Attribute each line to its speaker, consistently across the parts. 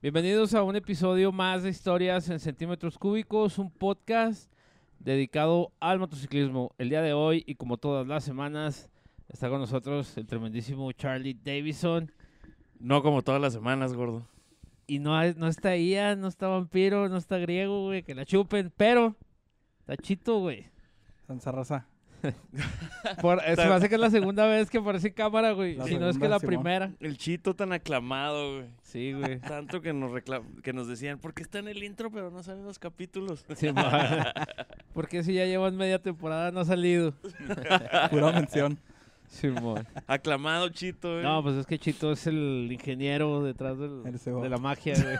Speaker 1: Bienvenidos a un episodio más de Historias en Centímetros Cúbicos, un podcast dedicado al motociclismo. El día de hoy y como todas las semanas está con nosotros el tremendísimo Charlie Davison.
Speaker 2: No como todas las semanas, gordo.
Speaker 1: Y no, hay- no está Ian, no está Vampiro, no está Griego, güey, que la chupen, pero está Chito, güey.
Speaker 3: Sansa Raza.
Speaker 1: Por- eh, se me hace que es la segunda vez que aparece en cámara, güey.
Speaker 3: La
Speaker 1: Si no es que
Speaker 3: segunda,
Speaker 1: la
Speaker 3: Simón.
Speaker 1: primera.
Speaker 2: El chito tan aclamado, güey.
Speaker 1: Sí, güey.
Speaker 2: Tanto que nos recla- que nos decían, ¿por qué está en el intro pero no salen los capítulos?
Speaker 1: Simón. Porque si ya llevan media temporada no ha salido.
Speaker 3: Pura mención.
Speaker 1: Simón.
Speaker 2: Aclamado chito, güey.
Speaker 1: No, pues es que Chito es el ingeniero detrás del-
Speaker 3: El cebón.
Speaker 1: de la magia, güey.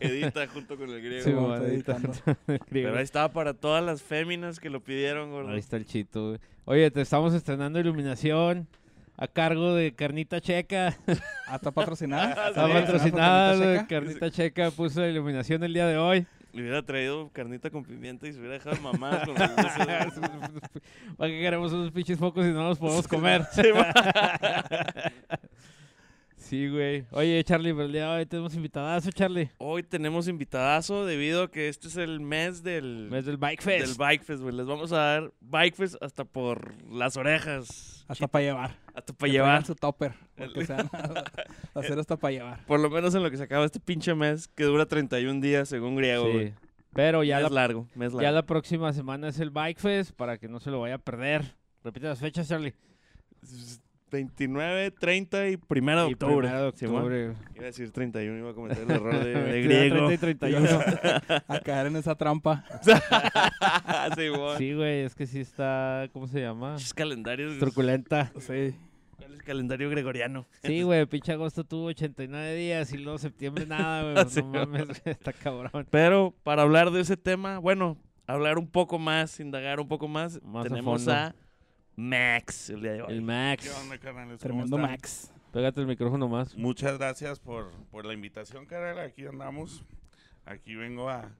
Speaker 2: Edita junto con el griego.
Speaker 1: Sí,
Speaker 3: Como
Speaker 1: bueno,
Speaker 3: estoy
Speaker 1: ahí está.
Speaker 3: editando.
Speaker 2: pero ahí estaba para todas las féminas que lo pidieron, gordo.
Speaker 1: Ahí está el Chito, güey. Oye, te estamos estrenando iluminación a cargo de Carnita Checa.
Speaker 3: Ah, está patrocinada.
Speaker 1: Está
Speaker 2: Sí,
Speaker 1: patrocinada, güey.
Speaker 3: Checa.
Speaker 1: Carnita Checa puso la iluminación el día de hoy.
Speaker 2: Le hubiera traído carnita con pimienta y se hubiera dejado mamás con los dulces, güey.
Speaker 1: ¿Para qué queremos unos pinches focos si no los podemos comer?
Speaker 2: Sí, va.
Speaker 1: Sí, güey. Oye, Charlie, pero el día de hoy tenemos invitadazo, Charlie.
Speaker 2: Hoy tenemos invitadazo debido a que este es el mes del...
Speaker 1: Es del Bike Fest.
Speaker 2: Del Bike Fest, güey. Les vamos a dar Bike Fest hasta por las orejas.
Speaker 3: Hasta para llevar.
Speaker 2: Hasta
Speaker 3: Que
Speaker 2: para llevar.
Speaker 3: traigan su topper. Porque sean hacer hasta para llevar.
Speaker 2: Por lo menos en lo que se acaba este pinche mes, que dura 31 días según griego, güey.
Speaker 1: Sí. Pero ya
Speaker 2: mes
Speaker 1: la,
Speaker 2: largo, mes largo.
Speaker 1: ya la próxima semana es el Bike Fest para que no se lo vaya a perder. Repite las fechas, Charlie.
Speaker 2: 29, 30 y 1 de
Speaker 1: Y
Speaker 2: octubre.
Speaker 1: primero de
Speaker 2: Simón.
Speaker 1: octubre.
Speaker 2: Iba a decir 31, iba a cometer el error de, de griego.
Speaker 1: 30 y 31.
Speaker 3: A caer en esa trampa.
Speaker 2: Simón.
Speaker 1: Sí, güey, es que sí está, ¿cómo se llama?
Speaker 2: Pinches calendarios.
Speaker 1: Truculenta.
Speaker 3: Sí.
Speaker 2: ¿Cuál es el calendario gregoriano?
Speaker 1: Sí, güey, pinche agosto tuvo 89 días y luego septiembre nada, güey. pues
Speaker 2: Sí,
Speaker 1: No mames, güey, está cabrón.
Speaker 2: Pero para hablar de ese tema, bueno, hablar un poco más, indagar un poco más,
Speaker 1: Más a
Speaker 2: tenemos
Speaker 1: fondo.
Speaker 2: a, Max el día de hoy.
Speaker 1: El Max.
Speaker 4: ¿Qué onda, carnales? ¿Cómo
Speaker 3: Tremendo
Speaker 4: están?
Speaker 3: Max.
Speaker 1: Pégate el micrófono más.
Speaker 4: Muchas gracias por, por la invitación, carnal. Aquí andamos. Aquí vengo a,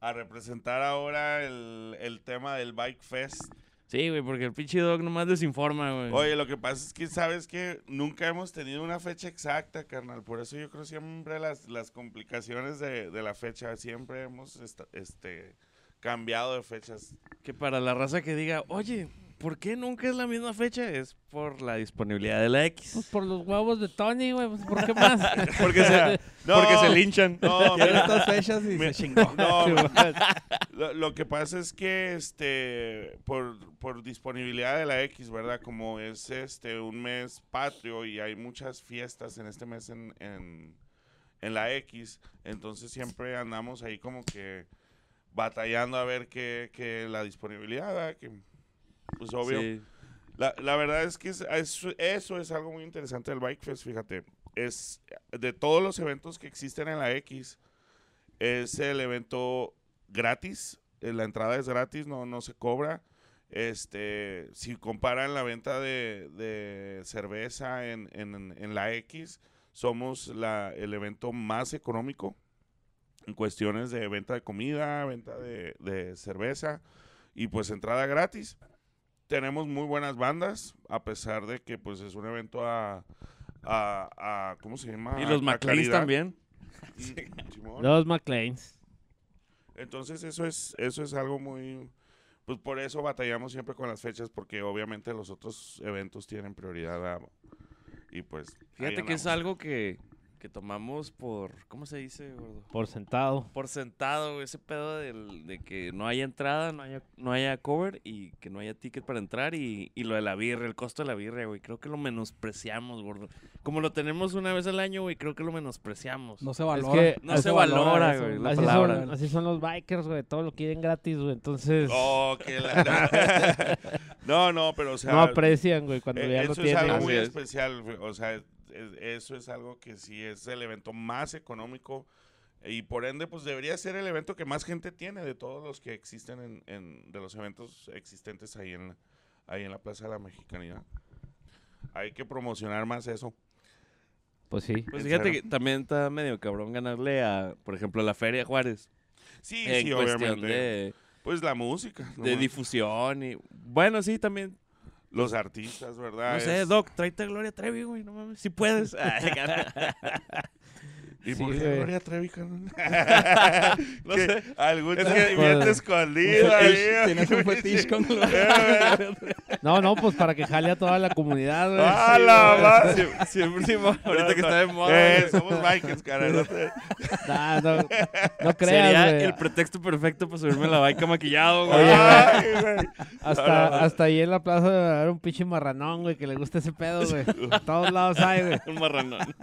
Speaker 4: a representar ahora el, el tema del Bike Fest.
Speaker 2: Sí, güey, porque el pinche dog nomás desinforma, güey.
Speaker 4: Oye, lo que pasa es que sabes que nunca hemos tenido una fecha exacta, carnal. Por eso yo creo siempre las, las complicaciones de, de la fecha. Siempre hemos esta- este, cambiado de fechas.
Speaker 2: Que para la raza que diga, oye, ¿por qué nunca es la misma fecha? Es por la disponibilidad de la
Speaker 1: Pues
Speaker 2: X.
Speaker 1: por los huevos de Tony, güey, pues por qué más.
Speaker 2: Porque se, porque se linchan.
Speaker 4: No,
Speaker 3: Quiero
Speaker 4: mira,
Speaker 3: estas fechas y
Speaker 4: me-
Speaker 3: se chingó.
Speaker 4: no,
Speaker 1: Simón.
Speaker 4: Lo, lo que pasa es que este por, por disponibilidad de la X, ¿verdad? Como es este un mes patrio y hay muchas fiestas en este mes en, en, en la X, entonces siempre andamos ahí como que batallando a ver que, que la disponibilidad, ¿verdad? que pues obvio.
Speaker 2: Sí.
Speaker 4: La, la verdad es que es- es- eso es algo muy interesante del Bike Fest, fíjate. Es de todos los eventos que existen en la X, es el evento gratis. eh, La entrada es gratis, no, no se cobra. Este, si comparan la venta de, de cerveza en, en- en la X, somos la- el evento más económico en cuestiones de venta de comida, venta de, de cerveza y pues entrada gratis tenemos muy buenas bandas, a pesar de que pues es un evento a, a, a- ¿cómo se llama?
Speaker 2: Y los
Speaker 4: A
Speaker 2: McLean
Speaker 4: calidad.
Speaker 2: también.
Speaker 4: Mm, Simón.
Speaker 1: Los McLeans.
Speaker 4: Entonces eso es, eso es algo muy, pues por eso batallamos siempre con las fechas, porque obviamente los otros eventos tienen prioridad a- y pues... ahí
Speaker 2: Fíjate que es
Speaker 4: andamos.
Speaker 2: algo que, que tomamos por, ¿cómo se dice, gordo?
Speaker 1: Por sentado.
Speaker 2: Por sentado, güey, ese pedo del- de que no haya entrada, no haya, no haya cover y que no haya ticket para entrar y, y lo de la birra, el costo de la birra, güey. Creo que lo menospreciamos, gordo. Como lo tenemos una vez al año, güey, creo que lo menospreciamos.
Speaker 3: No se valora.
Speaker 1: que
Speaker 2: no se valora,
Speaker 3: eso,
Speaker 2: güey, la
Speaker 1: Así
Speaker 2: palabra.
Speaker 1: son, así son los bikers, güey. Todo lo quieren gratis, güey. Entonces
Speaker 4: Oh, que la- no, no, pero o sea...
Speaker 1: no aprecian, güey, cuando
Speaker 4: Eh,
Speaker 1: ya
Speaker 4: eso
Speaker 1: lo
Speaker 4: es algo
Speaker 1: tienen.
Speaker 4: muy
Speaker 2: Así es.
Speaker 4: especial, güey, o sea, es- es- eso es algo que sí es el evento más económico y por ende pues debería ser el evento que más gente tiene de todos los que existen en, en- de los eventos existentes ahí en la- ahí en la Plaza de la Mexicanidad. Hay que promocionar más eso.
Speaker 1: Pues sí.
Speaker 2: Pues
Speaker 4: En
Speaker 2: fíjate
Speaker 4: serio.
Speaker 2: que también está medio cabrón ganarle a, por ejemplo, a la Feria Juárez.
Speaker 4: Sí,
Speaker 2: en
Speaker 4: sí,
Speaker 2: cuestión
Speaker 4: obviamente.
Speaker 2: de,
Speaker 4: Pues la música, ¿no?
Speaker 2: de difusión y... Bueno, sí, también.
Speaker 4: los artistas, ¿verdad?
Speaker 2: no sé,
Speaker 4: Ah, Es-
Speaker 2: Ah, Doc, tráete a Gloria Trevi, güey, no mames. Si puedes. Ay, cara.
Speaker 4: ¿Y
Speaker 1: Sí,
Speaker 4: por qué
Speaker 1: güey.
Speaker 4: Gloria Trevi, carnal?
Speaker 2: No
Speaker 4: Que
Speaker 2: sé.
Speaker 4: Algún
Speaker 2: Es
Speaker 4: es
Speaker 2: que
Speaker 4: que
Speaker 1: Pues-
Speaker 4: bien te escondida. ahí,
Speaker 3: Tienes un
Speaker 4: güey.
Speaker 3: fetiche con
Speaker 1: No, no, pues para que jale a toda la comunidad, güey.
Speaker 4: ¡Ah, la madre!
Speaker 2: Sie- Siempre, Simón, ahorita que está de moda.
Speaker 4: Eh, somos Vikings, cara. no te-
Speaker 1: Nah, no, no
Speaker 2: Sería
Speaker 1: creas, güey.
Speaker 2: el pretexto perfecto para subirme a la baica maquillado, güey.
Speaker 1: Oye,
Speaker 4: Ay, güey.
Speaker 1: Hasta, hasta ahí en la plaza debe haber un pinche marranón, güey, que le gusta ese pedo, güey. A todos lados hay, güey.
Speaker 2: Un marranón.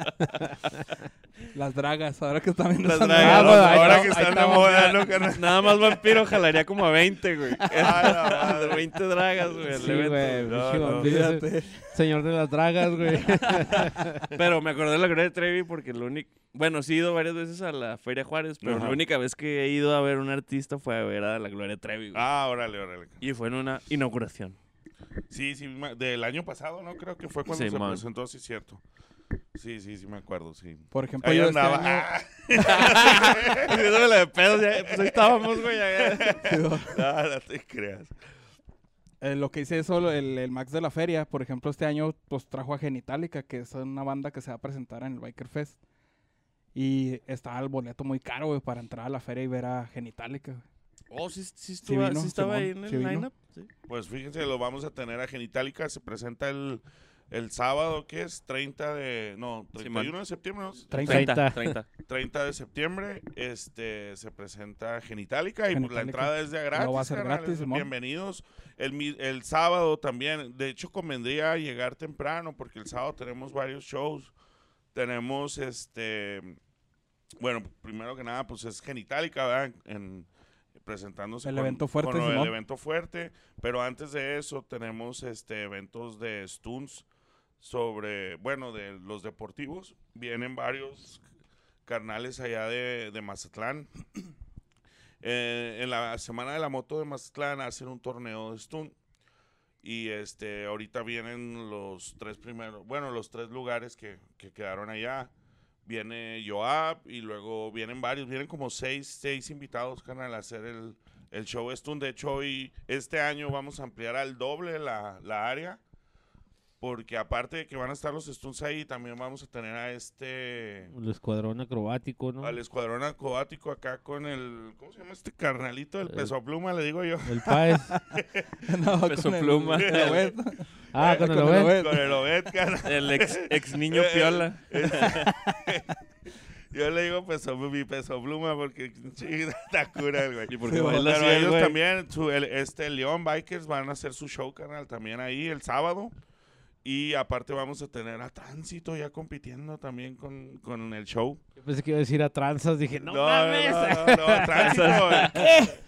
Speaker 3: Las dragas, ahora que están viendo
Speaker 2: Las
Speaker 3: esas
Speaker 2: dragas.
Speaker 3: madres.
Speaker 1: pues, ahí
Speaker 4: Ahora
Speaker 1: está-
Speaker 4: que
Speaker 1: ahí
Speaker 4: están de
Speaker 1: estamos,
Speaker 4: moda, ¿no, carnal?
Speaker 2: Nada más vampiro jalaría como a 20, güey.
Speaker 4: Ah, la madre.
Speaker 2: 20 dragas, güey. al
Speaker 1: Sí,
Speaker 2: evento.
Speaker 1: güey,
Speaker 4: no,
Speaker 1: pinche
Speaker 4: no,
Speaker 1: vampiro, ese
Speaker 3: Fíjate.
Speaker 1: Señor de las dragas, güey.
Speaker 2: Pero me acordé de la Gloria Trevi porque lo único... Bueno, sí he ido varias veces a la Feria Juárez, pero
Speaker 4: Ajá.
Speaker 2: la única vez que he ido a ver un artista fue a ver a la Gloria Trevi, güey.
Speaker 4: Ah, órale, órale.
Speaker 2: Y fue en una inauguración.
Speaker 4: Sí, sí, ma- del año pasado, ¿no? Creo que fue cuando se
Speaker 2: Simón.
Speaker 4: presentó, sí, cierto. Sí, sí, sí, me acuerdo, sí.
Speaker 3: Por ejemplo,
Speaker 4: Ahí
Speaker 3: yo este
Speaker 4: andaba.
Speaker 3: año-
Speaker 4: Ah,
Speaker 2: Haciéndome la de pedos, ya, pues ahí estábamos, güey. ya, ya.
Speaker 4: no, no te creas.
Speaker 3: eh, lo que hice eso, lo- el, el Max de la Feria, por ejemplo, este año pues trajo a Genitalica, que es una banda que se va a presentar en el Biker Fest. Y estaba el boleto muy caro, güey, para entrar a la feria y ver a Genitalica. güey.
Speaker 2: Oh, sí, sí,
Speaker 3: Sí
Speaker 2: estuvo, sí,
Speaker 3: vino,
Speaker 2: estaba ahí en
Speaker 3: Simón,
Speaker 2: el
Speaker 3: sí vino.
Speaker 2: lineup. Sí.
Speaker 4: Pues fíjense, lo vamos a tener a Genitalica. Se presenta el, el sábado, ¿qué es? 30 de. No, 31 de septiembre, ¿no?
Speaker 3: Treinta.
Speaker 2: 30,
Speaker 1: 30.
Speaker 2: 30.
Speaker 4: 30 de septiembre este, se presenta Genitalica y pues, la
Speaker 3: Genitalica.
Speaker 4: entrada es de gratis.
Speaker 3: va a ser
Speaker 4: carnal,
Speaker 3: gratis,
Speaker 4: es-
Speaker 3: Simón.
Speaker 4: bienvenidos. El, mi- el sábado también, de hecho convendría llegar temprano porque el sábado tenemos varios shows. Tenemos este, bueno, primero que nada pues es Genitalica, ¿verdad? En, presentándose
Speaker 3: El evento fuerte,
Speaker 4: con el
Speaker 3: Simón.
Speaker 4: evento fuerte, pero antes de eso tenemos este eventos de Stunts sobre, bueno, de los deportivos. Vienen varios carnales allá de, de Mazatlán. Eh, en la semana de la moto de Mazatlán hacen un torneo de stunt. Y este, ahorita vienen los tres primeros, bueno, los tres lugares que, que quedaron allá. Viene Joab y luego vienen varios, vienen como seis, seis invitados, carnal, a hacer el, el show de stunt. De hecho, hoy, este año vamos a ampliar al doble la, la área. Porque aparte de que van a estar los stunts ahí, también vamos a tener a este...
Speaker 1: El escuadrón acrobático, ¿no?
Speaker 4: Al escuadrón acrobático acá con el. ¿Cómo se llama este carnalito? El
Speaker 1: El-
Speaker 4: peso pluma, le digo yo.
Speaker 1: El Paez.
Speaker 3: No,
Speaker 2: Peso
Speaker 3: con el-
Speaker 2: Pluma.
Speaker 3: el Obed.
Speaker 1: Ah, con
Speaker 3: Con
Speaker 1: el
Speaker 3: el
Speaker 1: Obed.
Speaker 3: Obed.
Speaker 4: Con el Obed, carnal.
Speaker 2: El ex, ex niño piola.
Speaker 4: Yo le digo peso, mi peso pluma porque chingada está cura el güey.
Speaker 2: Y porque
Speaker 3: Sí,
Speaker 2: baila
Speaker 4: Pero
Speaker 2: así,
Speaker 4: ellos
Speaker 2: güey.
Speaker 4: también, su- el- este León Bikers van a hacer su show, carnal, también ahí el sábado. Y aparte vamos a tener a Tránsito ya compitiendo también con, con el show.
Speaker 1: Yo pensé que iba a decir a tranzas. Dije, no,
Speaker 4: No,
Speaker 1: mames.
Speaker 4: no, no, no, a tránsito.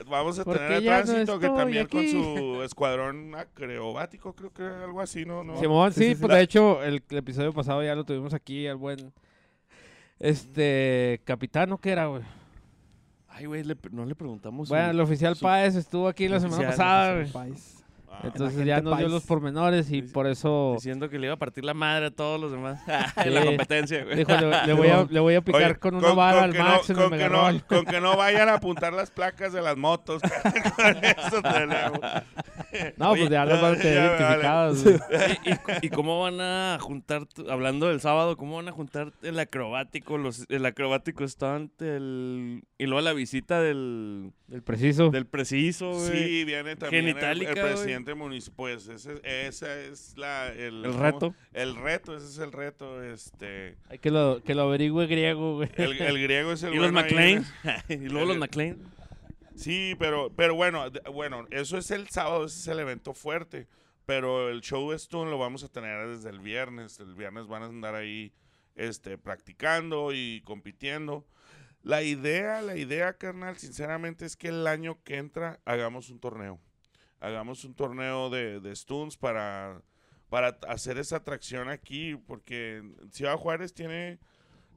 Speaker 4: Vamos a
Speaker 1: Porque
Speaker 4: tener a
Speaker 1: ya no
Speaker 4: tránsito que
Speaker 1: estoy
Speaker 4: también
Speaker 1: aquí.
Speaker 4: con su escuadrón acrobático, creo que algo así, ¿no? no.
Speaker 1: Simón,
Speaker 3: Sí,
Speaker 1: sí,
Speaker 3: sí, sí.
Speaker 1: pues de hecho, el, el episodio pasado ya lo tuvimos aquí, al buen. Este. Capitano, que era, güey?
Speaker 2: Ay, güey, le pre- no le preguntamos.
Speaker 1: Bueno, el
Speaker 2: güey.
Speaker 1: oficial
Speaker 2: Pues, su-
Speaker 1: Páez estuvo aquí la
Speaker 2: el
Speaker 1: semana
Speaker 2: oficial, el
Speaker 1: pasada, güey.
Speaker 3: País.
Speaker 4: Ah,
Speaker 1: Entonces
Speaker 3: La
Speaker 1: ya
Speaker 3: gente
Speaker 1: nos dio
Speaker 3: Páez.
Speaker 1: los pormenores y
Speaker 2: Sí, sí.
Speaker 1: por eso.
Speaker 2: Diciendo que le iba a partir la madre a todos los demás. En la
Speaker 1: Sí.
Speaker 2: competencia, güey.
Speaker 1: Dijo, le, le voy a, le voy a picar
Speaker 4: oye,
Speaker 1: con una vara al
Speaker 4: que no-
Speaker 1: máximo.
Speaker 4: con,
Speaker 1: me
Speaker 4: que
Speaker 1: agarró.
Speaker 4: no, con que no vayan a apuntar las placas de las motos. con eso tenemos.
Speaker 1: No,
Speaker 2: Oye,
Speaker 1: pues ya las
Speaker 4: ya,
Speaker 1: van a tener
Speaker 4: ya,
Speaker 1: identificadas. güey.
Speaker 2: ¿Y, y- y cómo van a juntar, tu- hablando del sábado, cómo van a juntar el acrobático, los, el acrobático stunt, el, y luego la visita del,
Speaker 1: El preciso.
Speaker 2: del preciso, güey?
Speaker 4: Sí, viene también el- el,
Speaker 2: Genitalica, güey.
Speaker 4: presidente municipal. Pues ese, ese es la, el,
Speaker 2: El
Speaker 4: ¿cómo?
Speaker 2: reto.
Speaker 4: El reto, ese es el reto. Este,
Speaker 1: Hay que lo, que lo averigüe griego, güey.
Speaker 4: el, el griego es el
Speaker 2: Y los
Speaker 4: bueno ahí.
Speaker 2: McLean. y luego los McLean.
Speaker 4: Sí, pero, pero bueno, de- bueno, eso es el sábado, ese es el evento fuerte. Pero el show Stone lo vamos a tener desde el viernes. El viernes van a andar ahí este, practicando y compitiendo. La idea, la idea, carnal, sinceramente, es que el año que entra hagamos un torneo. Hagamos un torneo de, de stunts para, para hacer esa atracción aquí, porque Ciudad Juárez tiene...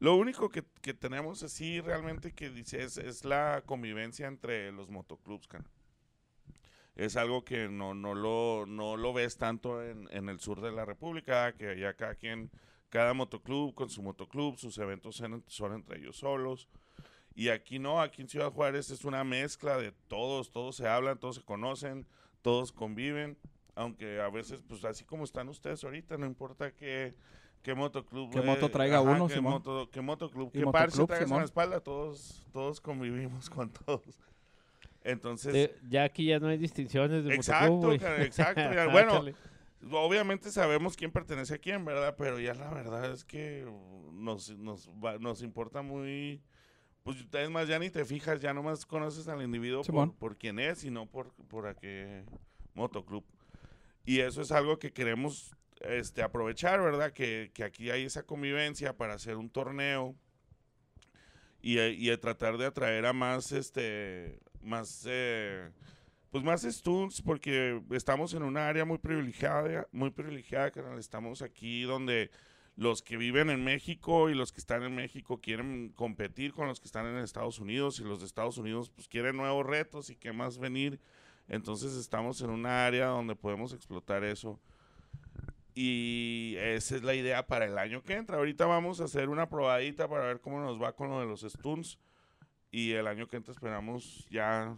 Speaker 4: Lo único que, que tenemos así realmente que dice es, es la convivencia entre los motoclubs, carnal. Es algo que no, no, lo, no lo ves tanto en, en el sur de la República, que ya cada quien, cada motoclub con su motoclub, sus eventos en- son entre ellos solos. Y aquí no, aquí en Ciudad Juárez es una mezcla de todos, todos se hablan, todos se conocen, todos conviven, aunque a veces, pues así como están ustedes ahorita, no importa que qué motoclub.
Speaker 3: Qué
Speaker 4: eh,
Speaker 3: moto traiga uno,
Speaker 4: qué,
Speaker 3: Simón.
Speaker 4: moto, qué motoclub,
Speaker 3: Y
Speaker 4: qué parche
Speaker 3: motoclub,
Speaker 4: traigas en
Speaker 3: Simón.
Speaker 4: la espalda, todos, todos convivimos con todos. Entonces,
Speaker 1: Eh, ya aquí ya no hay distinciones de
Speaker 4: Exacto,
Speaker 1: motoclub, güey. Ah,
Speaker 4: cara, exacto, ya, bueno,
Speaker 1: Ándale.
Speaker 4: obviamente sabemos quién pertenece a quién, ¿verdad? Pero ya la verdad es que nos, nos, va- nos importa muy... Pues es más, ya ni te fijas, ya nomás conoces al individuo por,
Speaker 3: Simón.
Speaker 4: por quién es y no por, por a qué motoclub. Y eso es algo que queremos este, aprovechar, ¿verdad? Que, que aquí hay esa convivencia para hacer un torneo y, eh, y de tratar de atraer a más, este, más, eh, pues más stunts porque estamos en una área muy privilegiada, muy privilegiada, carnal. Estamos aquí donde los que viven en México y los que están en México quieren competir con los que están en Estados Unidos y los de Estados Unidos pues quieren nuevos retos y qué más venir. Entonces estamos en una área donde podemos explotar eso. Y esa es la idea para el año que entra. Ahorita vamos a hacer una probadita para ver cómo nos va con lo de los stunts. Y el año que entra esperamos ya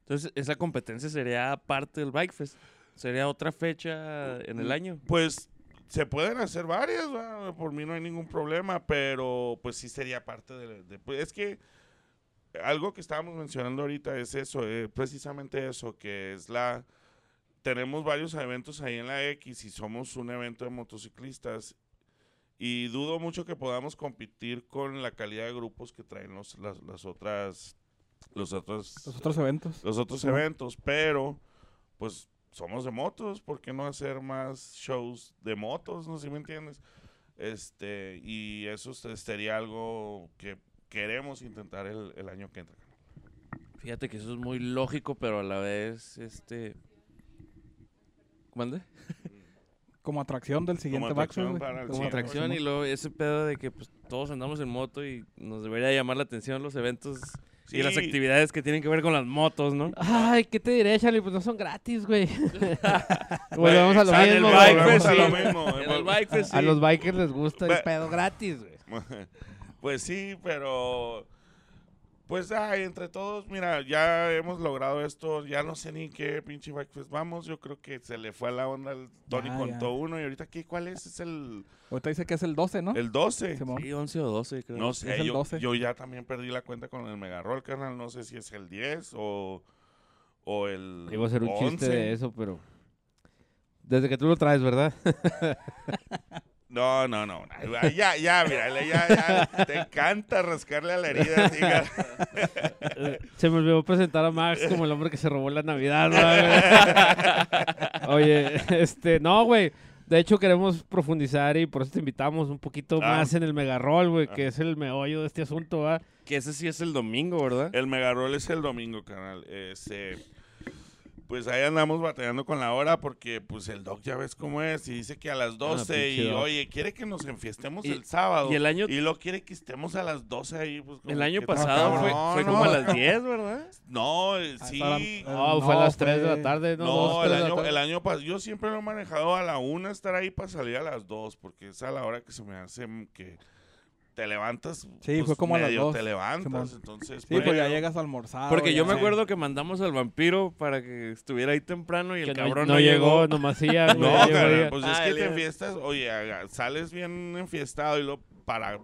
Speaker 2: Entonces, esa competencia sería parte del Bike Fest. Sería otra fecha en
Speaker 1: Mm.
Speaker 2: el año.
Speaker 4: Pues se pueden hacer varias, ¿va? por mí no hay ningún problema, pero pues sí sería parte de... de- pues, es que algo que estábamos mencionando ahorita es eso, eh, precisamente eso, que es la... Tenemos varios eventos ahí en la X y somos un evento de motociclistas y dudo mucho que podamos competir con la calidad de grupos que traen los, las, las otras... Los otros,
Speaker 3: Los otros eventos.
Speaker 4: los otros
Speaker 3: Simón.
Speaker 4: eventos, pero pues somos de motos, ¿por qué no hacer más shows de motos? No sé si me entiendes. Este, y eso se- sería algo que queremos intentar el, el año que entra.
Speaker 2: Fíjate que eso es muy lógico, pero a la vez, este... ¿Mande?
Speaker 3: Como atracción del siguiente
Speaker 4: atracción
Speaker 3: backfield, güey.
Speaker 4: para
Speaker 3: Como
Speaker 4: el
Speaker 2: Como
Speaker 4: siguiente
Speaker 2: atracción y luego ese pedo de que pues, todos andamos en moto y nos debería llamar la atención los eventos y las
Speaker 4: Sí,
Speaker 2: actividades que tienen que ver con las motos, ¿no?
Speaker 1: Ay, ¿qué te diré, Charlie? Pues no son gratis, güey. Pues,
Speaker 2: Pues,
Speaker 1: Volvemos a lo
Speaker 4: Ah, en el
Speaker 1: mismo,
Speaker 4: Bike
Speaker 1: güey.
Speaker 4: Fest,
Speaker 1: Volvemos a
Speaker 4: sí.
Speaker 1: lo
Speaker 4: mismo.
Speaker 2: En pues, el Bike Fest,
Speaker 1: A
Speaker 2: sí.
Speaker 1: los bikers les gusta el
Speaker 4: Ve-
Speaker 1: pedo gratis, güey.
Speaker 4: Pues sí, pero pues ay, entre todos, mira, ya hemos logrado esto, ya no sé ni qué pinche bike fest vamos, yo creo que se le fue a la onda al Tony
Speaker 3: Ya,
Speaker 4: contó
Speaker 3: ya.
Speaker 4: uno y ahorita qué cuál es? Es el
Speaker 3: Ahorita dice que es el 12, ¿no?
Speaker 4: el 12.
Speaker 3: Simón.
Speaker 2: Sí, 11 o 12, creo.
Speaker 4: No
Speaker 3: Es
Speaker 4: sé,
Speaker 3: el
Speaker 4: yo,
Speaker 3: 12.
Speaker 4: yo ya también perdí la cuenta con el Mega Roll, carnal. No sé si es el 10 o, o el.
Speaker 1: Iba a ser un
Speaker 4: 11.
Speaker 1: chiste de eso, pero... Desde que tú lo traes, ¿verdad?
Speaker 4: No, no, no. Ay, Ya, ya, mira, ya, ya. Te encanta rascarle a la herida, diga.
Speaker 1: Eh, se me olvidó presentar a Max como el hombre que se robó la Navidad. ¿no, güey? Oye, este, no, güey. De hecho, queremos profundizar y por eso te invitamos un poquito
Speaker 4: Ah.
Speaker 1: más en el mega roll, güey, que
Speaker 4: Ah.
Speaker 1: es el meollo de este asunto, ¿va?
Speaker 2: Que ese sí es el domingo, ¿verdad?
Speaker 4: El Mega Roll es el domingo, carnal. Este, pues ahí andamos batallando con la hora porque, pues, el doc ya ves cómo es. Y dice que a las 12 y,
Speaker 1: pinche doc.
Speaker 4: oye, quiere que nos enfiestemos
Speaker 2: Ah, Y-
Speaker 4: el sábado.
Speaker 2: y el año-
Speaker 4: Y lo quiere que estemos a las 12 ahí. Pues, como
Speaker 2: El año
Speaker 4: que-
Speaker 2: pasado
Speaker 4: No,
Speaker 2: fue,
Speaker 4: no,
Speaker 2: fue como
Speaker 4: no.
Speaker 2: a las 10, ¿verdad?
Speaker 4: No, eh,
Speaker 3: esa
Speaker 4: sí.
Speaker 3: hora-
Speaker 1: No,
Speaker 3: Eh,
Speaker 1: Ah, fue a
Speaker 3: no,
Speaker 1: las 3 de
Speaker 3: fue-
Speaker 1: la tarde, ¿no?
Speaker 4: No,
Speaker 1: Dos, tres
Speaker 4: el
Speaker 1: de la
Speaker 4: año,
Speaker 1: tarde.
Speaker 4: el año pasado, yo siempre lo he manejado a la una, estar ahí para salir a las dos, porque es a la hora que se me hace mm, que te levantas. Sí,
Speaker 3: fue como a las dos,
Speaker 4: te levantas,
Speaker 3: Simón.
Speaker 4: entonces.
Speaker 3: Sí,
Speaker 4: por
Speaker 3: pues ya
Speaker 4: ello-
Speaker 3: llegas almorzado.
Speaker 2: Porque yo
Speaker 3: ya.
Speaker 2: me acuerdo que mandamos al vampiro para que estuviera ahí temprano y el
Speaker 1: Que no,
Speaker 2: cabrón
Speaker 1: no llegó, nomás sí ya,
Speaker 4: No,
Speaker 1: güey, llegó
Speaker 4: carnal,
Speaker 1: ya.
Speaker 4: pues
Speaker 2: Ah,
Speaker 4: es que
Speaker 2: el
Speaker 4: te
Speaker 2: día-
Speaker 4: enfiestas, oye, haga- sales bien enfiestado y lo para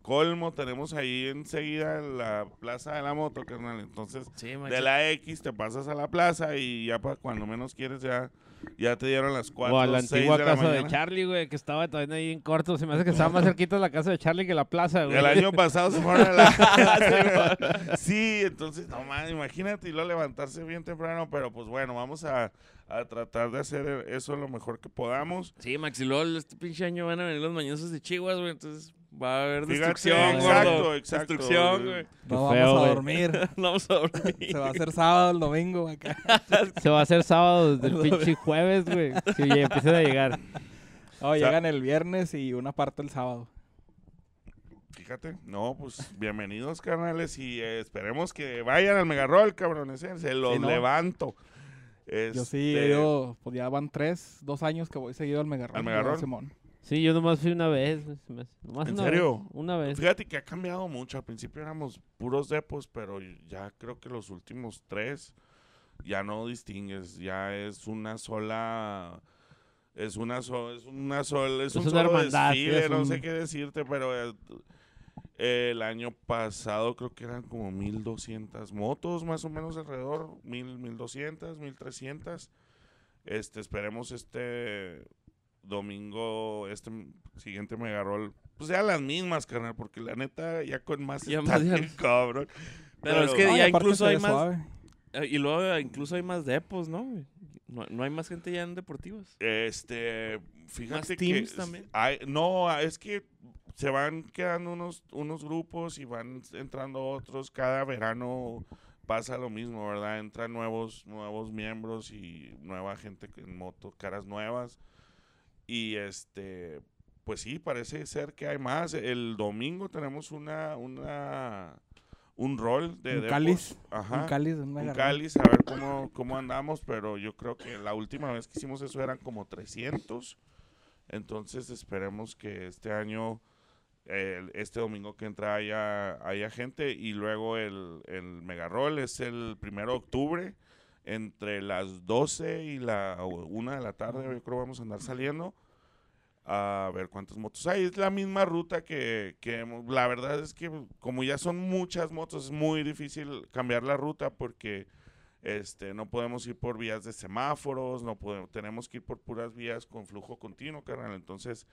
Speaker 4: colmo tenemos ahí enseguida la plaza de la moto, carnal, entonces
Speaker 2: Sí, Max.
Speaker 4: de la X te pasas a la plaza y ya para cuando menos quieres ya ya te dieron las cuatro,
Speaker 1: O a la
Speaker 4: seis
Speaker 1: antigua
Speaker 4: de la
Speaker 1: casa de
Speaker 4: mañana.
Speaker 1: Charlie, güey, que estaba también ahí en corto. Se me hace que estaba más cerquita de la casa de Charlie que la plaza, güey.
Speaker 4: El año pasado se fueron a la... sí, entonces, no man, imagínate y luego levantarse bien temprano, pero pues bueno, vamos a, a tratar de hacer eso lo mejor que podamos.
Speaker 2: Sí, Max, y luego este pinche año van a venir los mañosos de Chihuahua, güey. Entonces va a haber
Speaker 4: Fíjate,
Speaker 2: destrucción,
Speaker 4: exacto,
Speaker 2: gordo.
Speaker 4: exacto.
Speaker 2: Destrucción, güey.
Speaker 3: No
Speaker 1: Qué feo,
Speaker 3: vamos a
Speaker 1: güey.
Speaker 3: dormir.
Speaker 2: No vamos a dormir.
Speaker 3: Se va a hacer sábado, el domingo, acá.
Speaker 1: Se va a hacer sábado desde el pinche jueves, güey. Sí, ya empiezan a llegar.
Speaker 3: No, llegan el viernes y una parte el sábado.
Speaker 4: Fíjate, no, pues bienvenidos, carnales, y eh, esperemos que vayan al Megarol, cabrones, eh, se los
Speaker 3: Sí, ¿no?
Speaker 4: levanto.
Speaker 3: Yo sí,
Speaker 4: Este,
Speaker 3: yo, pues ya van tres, dos años que voy seguido al Megarrón.
Speaker 4: ¿Al
Speaker 3: ya,
Speaker 4: Megarrón?
Speaker 3: Simón.
Speaker 1: Sí, yo nomás fui una vez. güey, se me hace. Nomás
Speaker 4: ¿En
Speaker 1: una
Speaker 4: serio?
Speaker 1: vez, una vez.
Speaker 4: Fíjate que ha cambiado mucho. Al principio éramos puros depos, pero ya creo que los últimos tres ya no distingues. Ya es una sola Es una sola, es una sol-
Speaker 1: Es
Speaker 4: es, un
Speaker 1: una
Speaker 4: solo
Speaker 1: hermandad, sí,
Speaker 4: desfile,
Speaker 1: es
Speaker 4: no
Speaker 1: un-
Speaker 4: sé qué decirte, pero eh, el año pasado creo que eran como 1200 motos, más o menos alrededor, 1000, 1200, 1300. Este, esperemos este domingo, este m- siguiente me agarró el- pues ya las mismas, carnal, porque la neta ya con más
Speaker 2: Ya
Speaker 4: está
Speaker 2: más ya-
Speaker 4: bien cabrón.
Speaker 2: Pero es que
Speaker 3: No, y
Speaker 2: ya
Speaker 3: aparte
Speaker 2: incluso
Speaker 3: se
Speaker 2: hay
Speaker 3: ve
Speaker 2: más.
Speaker 3: suave.
Speaker 2: eh, Y luego eh, incluso hay más depos, ¿no? güey? No, no hay más gente ya en deportivos.
Speaker 4: Este, fíjate que
Speaker 2: teams
Speaker 4: s-
Speaker 2: también.
Speaker 4: hay- no, es que se van quedando unos, unos grupos y van entrando otros. Cada verano pasa lo mismo, ¿verdad? Entran nuevos, nuevos miembros y nueva gente que- en moto, caras nuevas. Y este, pues sí, parece ser que hay más. El domingo tenemos una, una, un rol de
Speaker 3: Un
Speaker 4: depos.
Speaker 3: cáliz,
Speaker 4: Ajá
Speaker 3: Un cáliz, una
Speaker 4: un
Speaker 3: garra-
Speaker 4: cáliz, a ver cómo, cómo andamos, pero yo creo que la última vez que hicimos eso eran como 300. Entonces esperemos que este año, el- este domingo que entra, haya, haya gente. Y luego el, el Mega Roll es el primero de octubre, entre las 12 y la 1 de la tarde, yo creo vamos a andar saliendo. A ver cuántas motos hay. Es la misma ruta que, que hemos- la verdad es que pues, como ya son muchas motos, es muy difícil cambiar la ruta porque este, no podemos ir por vías de semáforos, no podemos, tenemos que ir por puras vías con flujo continuo, carnal. Entonces,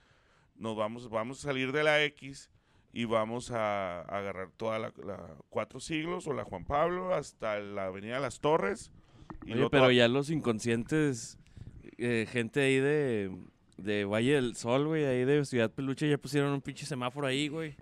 Speaker 4: nos vamos, vamos a salir de la X y vamos a, a agarrar toda la, la Cuatro Siglos o la Juan Pablo hasta la Avenida Las Torres.
Speaker 2: Oye,
Speaker 4: luego
Speaker 2: pero
Speaker 4: toda-
Speaker 2: ya los inconscientes, eh, gente ahí de, de Valle del Sol, güey, ahí de Ciudad Peluche, ya pusieron un pinche semáforo ahí, güey.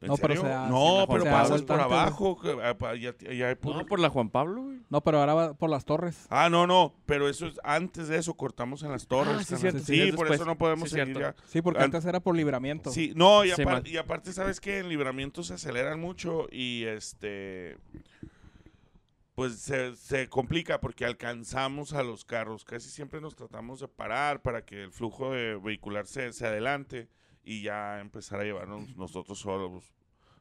Speaker 4: ¿En
Speaker 3: No, pero
Speaker 4: serio?
Speaker 3: se da-
Speaker 4: No,
Speaker 3: se
Speaker 4: pero
Speaker 3: da
Speaker 4: pasas
Speaker 3: vuelta
Speaker 4: por
Speaker 3: antes.
Speaker 4: abajo. que- ah, pa- ya- ya hay puro-
Speaker 2: Pues No, por la Juan Pablo, güey.
Speaker 3: No, pero ahora va por las torres.
Speaker 4: Ah, no, no, pero eso es antes de eso, cortamos en las torres.
Speaker 2: Ah, sí,
Speaker 4: carnal.
Speaker 2: cierto, sí,
Speaker 4: sí,
Speaker 2: es
Speaker 4: por
Speaker 2: después.
Speaker 4: eso no podemos
Speaker 2: Sí,
Speaker 4: seguir
Speaker 2: cierto.
Speaker 4: ya.
Speaker 3: Sí, porque
Speaker 4: An-
Speaker 3: antes era por libramiento.
Speaker 4: Ah, Sí, no, y,
Speaker 2: Se
Speaker 4: apar-
Speaker 2: ma-
Speaker 4: y aparte, ¿sabes que En libramiento se aceleran mucho y este. Pues se, se complica porque alcanzamos a los carros. Casi siempre nos tratamos de parar para que el flujo de vehicular se, se adelante y ya empezar a llevarnos nosotros solos,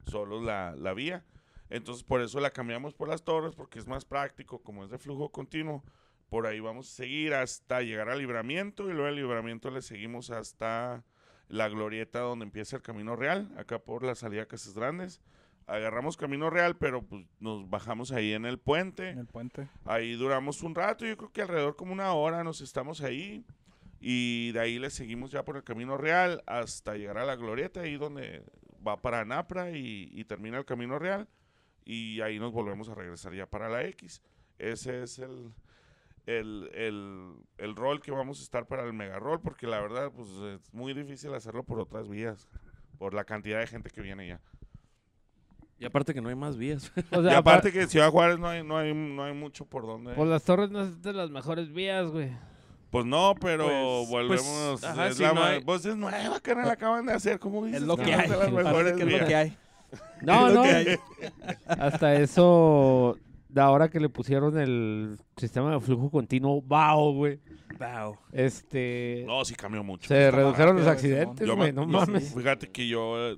Speaker 4: solos la, la vía. Entonces, por eso la cambiamos por las torres porque es más práctico, como es de flujo continuo. Por ahí vamos a seguir hasta llegar al libramiento y luego al libramiento le seguimos hasta la glorieta donde empieza el Camino Real, acá por la salida a Casas Grandes. Agarramos Camino Real, pero pues, nos bajamos ahí en el
Speaker 3: En
Speaker 4: puente.
Speaker 3: el puente.
Speaker 4: Ahí duramos un rato, yo creo que alrededor como una hora nos estamos ahí. Y de ahí le seguimos ya por el Camino Real hasta llegar a la glorieta, ahí donde va para Napra y, y termina el Camino Real. Y ahí nos volvemos a regresar ya para la X. Ese es el, el, el, el rol que vamos a estar para el mega rol, porque la verdad, pues es muy difícil hacerlo por otras vías, por la cantidad de gente que viene ya.
Speaker 2: Y aparte que no hay más vías.
Speaker 1: O
Speaker 4: Y
Speaker 1: sea,
Speaker 4: aparte que en Ciudad Juárez no hay, no hay, no hay mucho por donde.
Speaker 1: por las torres no es de las mejores vías, güey.
Speaker 4: Pues no, pero
Speaker 2: Pues-
Speaker 4: volvemos.
Speaker 2: pues, ajá,
Speaker 4: es
Speaker 2: si
Speaker 4: la
Speaker 2: no
Speaker 4: ma-
Speaker 2: hay-
Speaker 4: pues es nueva, carnal, la acaban de hacer. ¿Cómo dices?
Speaker 3: Es lo que
Speaker 4: no
Speaker 3: hay.
Speaker 4: es de las
Speaker 1: Parece
Speaker 4: mejores
Speaker 3: Parece que es lo
Speaker 4: vías?
Speaker 3: que hay.
Speaker 1: No,
Speaker 3: Es lo
Speaker 1: no.
Speaker 3: que hay.
Speaker 1: Hasta eso, de ahora que le pusieron el sistema de flujo continuo, wow, güey.
Speaker 2: Wow.
Speaker 1: Este.
Speaker 4: No, sí cambió mucho.
Speaker 1: se redujeron los
Speaker 3: rápido, Simón.
Speaker 1: accidentes,
Speaker 4: Yo
Speaker 1: güey,
Speaker 4: me-
Speaker 1: no
Speaker 4: yo-
Speaker 1: mames.
Speaker 4: Fíjate que yo, eh,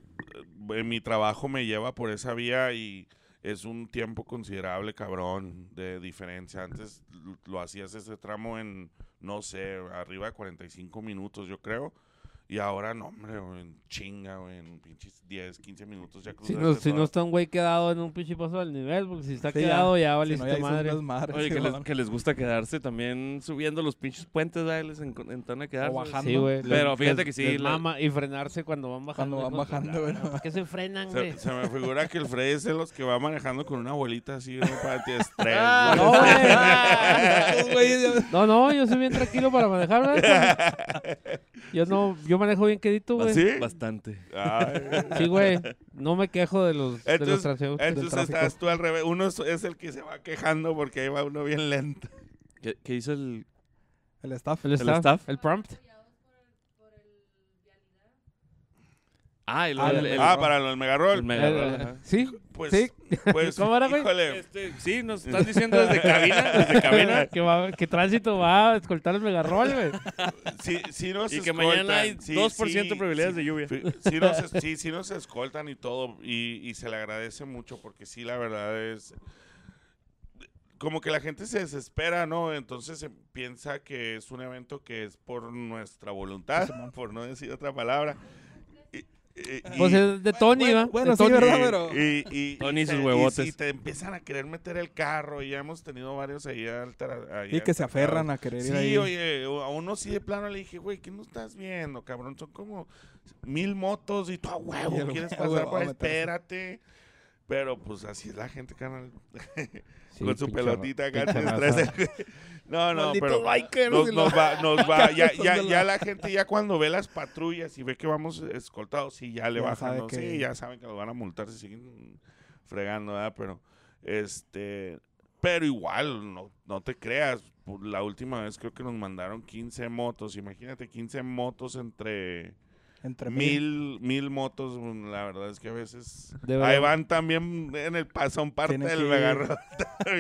Speaker 4: eh, mi trabajo me lleva por esa vía y es un tiempo considerable, cabrón, de diferencia. Antes l- lo hacías ese tramo en, no sé, arriba de 45 minutos, yo creo. Y ahora, no, hombre, güey, en chinga, güey, en pinches 10, 15 minutos ya
Speaker 1: Si
Speaker 4: cruzaste
Speaker 1: no, si no
Speaker 4: todo.
Speaker 1: está un güey quedado en un pinche paso al nivel, porque si está
Speaker 3: Sí, ya.
Speaker 1: quedado ya,
Speaker 3: Si
Speaker 1: valiste
Speaker 3: no, ya hizo un
Speaker 1: madre.
Speaker 3: desmadre,
Speaker 2: Oye, que
Speaker 3: Simón.
Speaker 2: les, que les gusta quedarse también subiendo los pinches puentes, ¿verdad? Les encon- entona quedarse. güey.
Speaker 3: bajando.
Speaker 1: Sí, güey.
Speaker 2: Pero
Speaker 1: Les-
Speaker 2: fíjate
Speaker 1: les-
Speaker 2: que sí,
Speaker 1: les
Speaker 2: la-
Speaker 1: mama y frenarse cuando van bajando.
Speaker 3: Cuando
Speaker 1: hijos
Speaker 3: van
Speaker 1: de
Speaker 3: bajando,
Speaker 1: la-
Speaker 3: güey,
Speaker 1: ¿Por
Speaker 3: no.
Speaker 1: qué se frenan, güey?
Speaker 4: Se, se me figura que el Freddy es de los que va manejando con una abuelita así, ¿no? Para ti es tres,
Speaker 2: Ah,
Speaker 4: güey.
Speaker 1: No, güey.
Speaker 3: Estos güeyes ya-
Speaker 1: No, no, yo soy bien tranquilo para manejar, güey. Yo no, yo manejo bien quedito,
Speaker 4: ¿Ah,
Speaker 1: güey.
Speaker 4: sí?
Speaker 2: Bastante.
Speaker 4: Ay.
Speaker 1: Sí, güey. No me quejo de los, de los
Speaker 4: Entonces,
Speaker 1: transeúntes. del
Speaker 4: entonces
Speaker 1: tráfico.
Speaker 4: estás tú al revés. Uno es, es el que se va quejando porque ahí va uno bien lento.
Speaker 2: ¿Qué, qué hizo el...?
Speaker 3: El staff.
Speaker 1: El staff, el,
Speaker 2: staff?
Speaker 1: prompt.
Speaker 2: Ah, el...
Speaker 3: Ah,
Speaker 2: el-
Speaker 3: el-
Speaker 2: el-
Speaker 4: ah,
Speaker 3: Roll.
Speaker 4: para los megarol.
Speaker 2: El Mega
Speaker 1: El-
Speaker 2: Roll, ajá.
Speaker 1: Sí,
Speaker 4: pues,
Speaker 1: sí.
Speaker 4: pues,
Speaker 1: ¿Cómo era, güey?
Speaker 4: híjole,
Speaker 2: Este, sí, nos estás diciendo desde cabina, desde cabina.
Speaker 1: que, va- que tránsito va a escoltar el megarrol, güey.
Speaker 4: sí, sí nos
Speaker 2: Y que mañana hay
Speaker 4: escoltan, sí,
Speaker 2: 2% de
Speaker 4: sí,
Speaker 2: probabilidades de lluvia.
Speaker 4: sí, de... Sí nos, es- sí, sí nos escoltan y todo, y, y se le agradece mucho porque sí, la verdad es... como que la gente se desespera, ¿no? Entonces eh, piensa que es un evento que es por nuestra voluntad, por no decir otra palabra. Y- y- y-
Speaker 1: Pues es de Tony,
Speaker 3: Bueno,
Speaker 1: ¿va? De
Speaker 3: bueno, sí,
Speaker 1: Tony.
Speaker 3: ¿verdad?
Speaker 4: y-
Speaker 3: Pero-
Speaker 4: y- y-
Speaker 2: Tony y sus
Speaker 4: te-
Speaker 2: huevotes.
Speaker 4: Y, te empiezan a querer meter el carro. Y ya hemos tenido varios ahí. altera- ahí
Speaker 3: Y que se
Speaker 4: altercados.
Speaker 3: aferran a querer ir
Speaker 4: Sí,
Speaker 3: ahí.
Speaker 4: oye, o- a uno sí de plano le dije, güey, ¿qué no estás viendo, cabrón? Son como mil motos y tú a huevo,
Speaker 3: Y el
Speaker 4: quieres
Speaker 3: huevo
Speaker 4: pasar
Speaker 3: va a
Speaker 4: por ahí,
Speaker 3: meterse.
Speaker 4: espérate. Pero pues así es la gente, canal.
Speaker 1: Sí,
Speaker 4: con su
Speaker 1: pinche
Speaker 4: pelotita acá,
Speaker 1: pinche
Speaker 4: tres,
Speaker 1: raza.
Speaker 4: tres, güey. No, no,
Speaker 3: Malditos
Speaker 4: pero
Speaker 3: bikeros
Speaker 4: nos,
Speaker 3: y la-
Speaker 4: nos va, nos va, ya,
Speaker 3: Son
Speaker 4: ya,
Speaker 3: de la-
Speaker 4: ya la gente ya cuando ve las patrullas y ve que vamos escoltados, sí, ya le
Speaker 3: Ya
Speaker 4: bajan,
Speaker 3: sabe
Speaker 4: ¿no?
Speaker 3: que-
Speaker 4: sí, ya saben que nos van a multar si siguen fregando, ¿verdad? Pero, este, pero igual, no, no te creas, por la última vez creo que nos mandaron 15 motos, imagínate 15 motos entre
Speaker 3: Entre mil.
Speaker 4: mil, mil motos, mm, la verdad es que a veces,
Speaker 1: Debe-
Speaker 4: ahí van también en el pasón parte
Speaker 3: Tienen
Speaker 4: del
Speaker 3: que-
Speaker 4: megarro.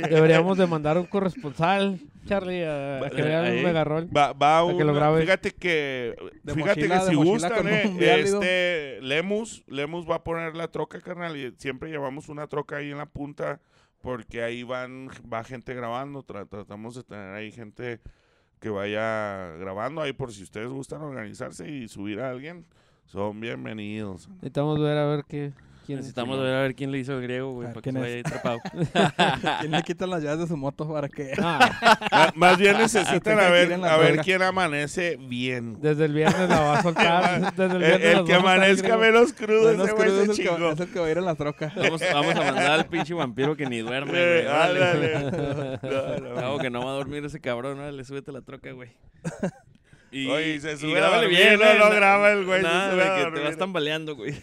Speaker 1: Deberíamos de mandar un corresponsal, Charlie, a, a que le hagan
Speaker 2: Ahí.
Speaker 1: un megarrol.
Speaker 4: Va, va
Speaker 1: Para que lo
Speaker 4: una-
Speaker 1: grabe.
Speaker 4: Fíjate que,
Speaker 3: De
Speaker 4: fíjate
Speaker 3: mochila,
Speaker 4: que
Speaker 3: de
Speaker 4: si
Speaker 3: mochila
Speaker 4: gustan,
Speaker 3: con
Speaker 4: eh,
Speaker 3: un viálido.
Speaker 4: este, Lemus, Lemus va a poner la troca, carnal, y siempre llevamos una troca ahí en la punta, porque ahí van, va gente grabando, tra- tratamos de tener ahí gente que vaya grabando ahí por si ustedes gustan organizarse y subir a alguien, son bienvenidos.
Speaker 1: Necesitamos ver a ver qué. Quién
Speaker 2: Necesitamos ver a ver quién le hizo el griego, güey,
Speaker 4: Ah,
Speaker 3: A ver,
Speaker 2: para que
Speaker 3: ¿quién
Speaker 2: se
Speaker 3: es?
Speaker 2: vaya ahí atrapado.
Speaker 3: ¿Quién le quita las llaves de su moto para que
Speaker 1: Ah,
Speaker 4: Ma- Más bien necesitan
Speaker 3: Tenga
Speaker 4: a
Speaker 3: que ir
Speaker 4: ver,
Speaker 3: en la
Speaker 4: a ver
Speaker 3: droga.
Speaker 4: quién amanece bien.
Speaker 1: desde el viernes la va a soltar. Desde el
Speaker 4: El,
Speaker 1: viernes las
Speaker 4: el que
Speaker 1: va a soltar,
Speaker 4: amanezca
Speaker 1: creo.
Speaker 4: menos crudo,
Speaker 3: Menos
Speaker 4: ese güey
Speaker 3: crudo
Speaker 4: se
Speaker 3: es, el que,
Speaker 4: chingó.
Speaker 3: es el que va a ir en la troca?
Speaker 2: Vamos, vamos a mandar al pinche vampiro que ni duerme, güey.
Speaker 4: Eh,
Speaker 2: órale.
Speaker 4: ándale. No, no.
Speaker 2: Claro que no va a dormir ese cabrón, le súbete a la troca, güey. Y,
Speaker 4: Oye, se
Speaker 2: y
Speaker 4: sube a
Speaker 2: grábale
Speaker 4: dormir, no,
Speaker 2: ¿eh?
Speaker 4: no graba el güey, se
Speaker 2: Nada,
Speaker 4: sube a
Speaker 2: de que te
Speaker 4: dormir.
Speaker 2: vas tambaleando, güey.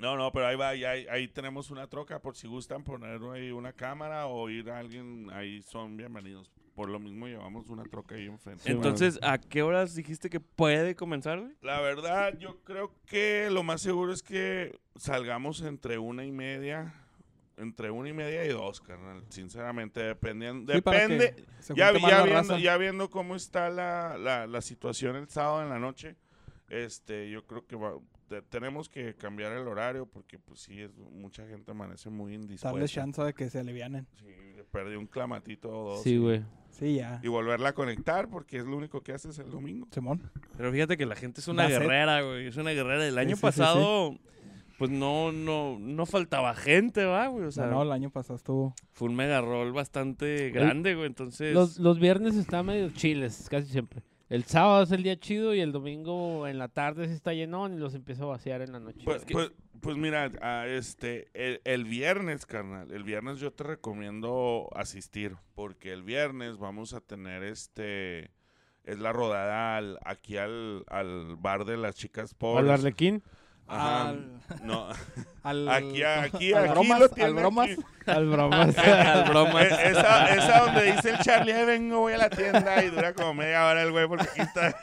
Speaker 4: No, no, pero ahí va, y ahí, ahí tenemos una troca por si gustan poner ahí una cámara o ir a alguien, ahí son bienvenidos. Por lo mismo llevamos una troca ahí enfrente.
Speaker 1: Sí,
Speaker 2: Entonces, ¿a qué horas dijiste que puede comenzar, güey?
Speaker 4: La verdad, yo creo que lo más seguro es que salgamos entre una y media, entre una y media y dos, carnal. Sinceramente, dependiendo,
Speaker 3: Sí, para que
Speaker 4: depende,
Speaker 3: se
Speaker 4: ya,
Speaker 3: junte
Speaker 4: vi-
Speaker 3: más
Speaker 4: ya
Speaker 3: la
Speaker 4: viendo,
Speaker 3: raza.
Speaker 4: ya viendo cómo está la, la- la situación el sábado en la noche, este, yo creo que va- te- tenemos que cambiar el horario porque pues sí, es, mucha gente amanece muy
Speaker 3: Darle
Speaker 4: indispuesta.
Speaker 3: chance de que se alivianen.
Speaker 4: Sí, perdí un clamatito o dos.
Speaker 1: Sí, güey.
Speaker 3: Sí, ya.
Speaker 4: Y volverla a conectar porque es lo único que haces el domingo.
Speaker 3: Simón.
Speaker 2: Pero fíjate que la gente es una
Speaker 3: Da sed.
Speaker 2: guerrera, güey. Es una guerrera. El año
Speaker 3: sí, sí, sí.
Speaker 2: pasado, pues no, no, no faltaba gente, ¿va, güey? O sea,
Speaker 3: no, no, pues el año pasado estuvo.
Speaker 2: fue un mega rol bastante grande, güey. Entonces,
Speaker 1: Los, los viernes está medio chiles, casi siempre. El sábado es el día chido y el domingo en la tarde sí está llenón y los empiezo a vaciar en la noche.
Speaker 4: Pues,
Speaker 2: que-
Speaker 4: pues, pues mira, a este, el, el viernes, carnal, el viernes yo te recomiendo asistir, porque el viernes vamos a tener este, es la rodada al- aquí al, al bar de las chicas
Speaker 1: ¿Al
Speaker 4: pobres.
Speaker 1: Arlequín?
Speaker 4: Ajá.
Speaker 3: Al-
Speaker 4: No,
Speaker 3: al-
Speaker 4: aquí, aquí,
Speaker 3: al
Speaker 4: aquí
Speaker 3: bromas,
Speaker 4: lo tiene
Speaker 3: al bromas.
Speaker 4: aquí.
Speaker 1: Al bromas.
Speaker 2: al broma.
Speaker 4: Eh, Esa, esa donde dice el Charlie, "Ay, vengo, voy a la tienda y dura como media hora el güey porque aquí está.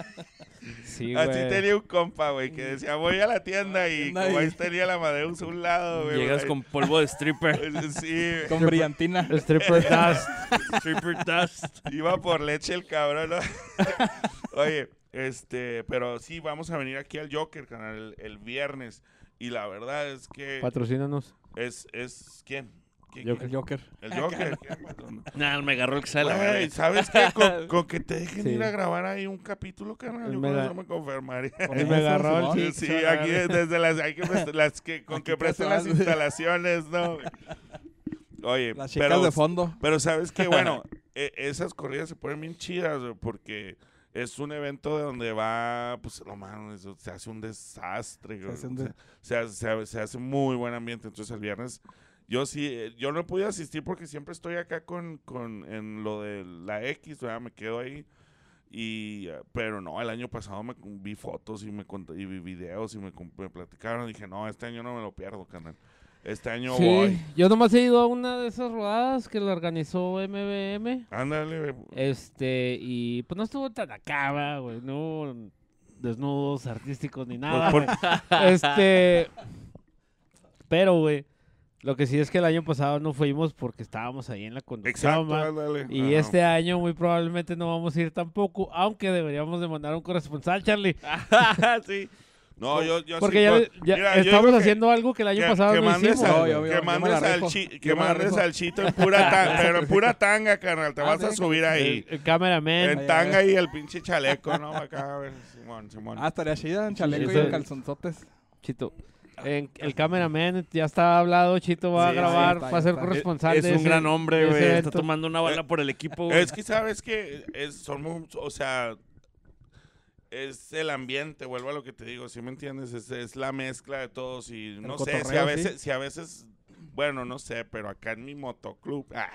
Speaker 1: Sí, güey.
Speaker 4: Así tenía un compa, güey, que decía, voy a la tienda y
Speaker 3: tienda
Speaker 4: como
Speaker 3: y-
Speaker 4: ahí tenía la Amadeus a un lado, güey.
Speaker 2: Llegas
Speaker 4: ahí-
Speaker 2: con polvo de stripper.
Speaker 4: Pues, Sí,
Speaker 3: Con brillantina.
Speaker 1: Stripper Dust.
Speaker 2: stripper dust.
Speaker 4: Iba por leche el cabrón. ¿no? Oye, este, pero sí, vamos a venir aquí al Joker, canal, el, el viernes. Y la verdad es que
Speaker 1: Patrocínanos.
Speaker 4: es, es ¿quién? ¿Quién-
Speaker 1: Joker.
Speaker 3: El Joker.
Speaker 4: quién? El Joker. ¿quién, patrón?
Speaker 2: Nah, me agarró el que sale. a la
Speaker 4: Güey,
Speaker 2: verga.
Speaker 4: ¿sabes qué? Con, con que te dejen
Speaker 1: Sí.
Speaker 4: ir a grabar ahí un capítulo, carnal,
Speaker 1: El
Speaker 4: yo creo que
Speaker 1: mega-
Speaker 4: eso me confirmaría.
Speaker 3: Con
Speaker 1: El
Speaker 3: eso,
Speaker 1: megarrol,
Speaker 3: Simón.
Speaker 1: sí.
Speaker 4: Sí, aquí desde las, hay que prest- las que, con
Speaker 3: Aquí
Speaker 4: que presten las
Speaker 3: casual.
Speaker 4: instalaciones, ¿no? Oye,
Speaker 3: Las chicas
Speaker 4: pero
Speaker 3: de fondo.
Speaker 4: Pero sabes que, bueno, e- esas corridas se ponen bien chidas, güey, porque es un evento de donde va, pues, lo mano, eso, se hace un desastre, güey.
Speaker 3: hace un
Speaker 4: O sea,
Speaker 3: de-
Speaker 4: se, hace, se hace- se hace muy buen ambiente. Entonces, el viernes, yo sí, eh, yo no pude asistir porque siempre estoy acá con, con en lo de la X, ¿verdad? me quedo ahí. Y, eh, pero no, el año pasado me vi fotos y me cont- y vi videos y me, com- me platicaron. Dije, no, este año no me lo pierdo, canal. Este año
Speaker 1: Sí,
Speaker 4: voy.
Speaker 1: yo nomás he ido a una de esas rodadas que la organizó MBM.
Speaker 4: Ándale, güey.
Speaker 1: Este, y pues no estuvo tan acá, ¿verdad, güey. No desnudos artísticos ni nada.
Speaker 4: Por- por-
Speaker 1: güey. Este, pero, güey, lo que sí es que el año pasado no fuimos porque estábamos ahí en la conducción,
Speaker 4: Exacto,
Speaker 1: ¿va?
Speaker 4: ándale.
Speaker 1: Y
Speaker 4: Ajá.
Speaker 1: este año muy probablemente no vamos a ir tampoco, aunque deberíamos de mandar un corresponsal, Charlie.
Speaker 2: sí.
Speaker 4: No, yo, yo Ah, sí
Speaker 1: Porque ya,
Speaker 4: puedo-
Speaker 1: ya
Speaker 4: Mira, yo
Speaker 1: estamos
Speaker 4: digo que-
Speaker 1: haciendo algo que el año
Speaker 4: que-
Speaker 1: pasado
Speaker 4: que
Speaker 1: no
Speaker 4: mandes
Speaker 1: hicimos.
Speaker 4: al-
Speaker 3: No, yo- yo-
Speaker 4: que
Speaker 3: yo me la
Speaker 4: mandes al
Speaker 3: rifo.
Speaker 4: chi- que
Speaker 3: Yo me la
Speaker 4: mandes
Speaker 3: rifo.
Speaker 4: al chito en pura tanga, pero en pura tanga, carnal, te
Speaker 3: Ah,
Speaker 4: vas a
Speaker 3: sí.
Speaker 4: subir
Speaker 1: El,
Speaker 4: ahí.
Speaker 1: el cameraman.
Speaker 4: En tanga y el pinche chaleco, ¿no? Acá, a ver, Simón, Simón.
Speaker 3: Ah, estaría chida en chaleco y
Speaker 1: eso-
Speaker 3: en calzonzotes.
Speaker 1: Chito. En- el cameraman ya está hablado, Chito va a
Speaker 2: Sí,
Speaker 1: grabar,
Speaker 3: sí, está,
Speaker 1: va a ser
Speaker 3: está.
Speaker 1: corresponsal.
Speaker 2: es
Speaker 1: de
Speaker 2: un
Speaker 1: ese-
Speaker 2: gran hombre,
Speaker 1: de ese
Speaker 2: güey. Está
Speaker 1: evento.
Speaker 2: tomando una
Speaker 4: Eh,
Speaker 2: bala por el equipo. güey.
Speaker 4: Es que sabes que es, son mu- o sea, es el ambiente, vuelvo a lo que te digo, si me entiendes? Es, es la mezcla de todos y no sé, si
Speaker 3: cotorreo,
Speaker 4: a
Speaker 3: sí.
Speaker 4: veces, si a veces, bueno, no sé, pero acá en mi motoclub, ah,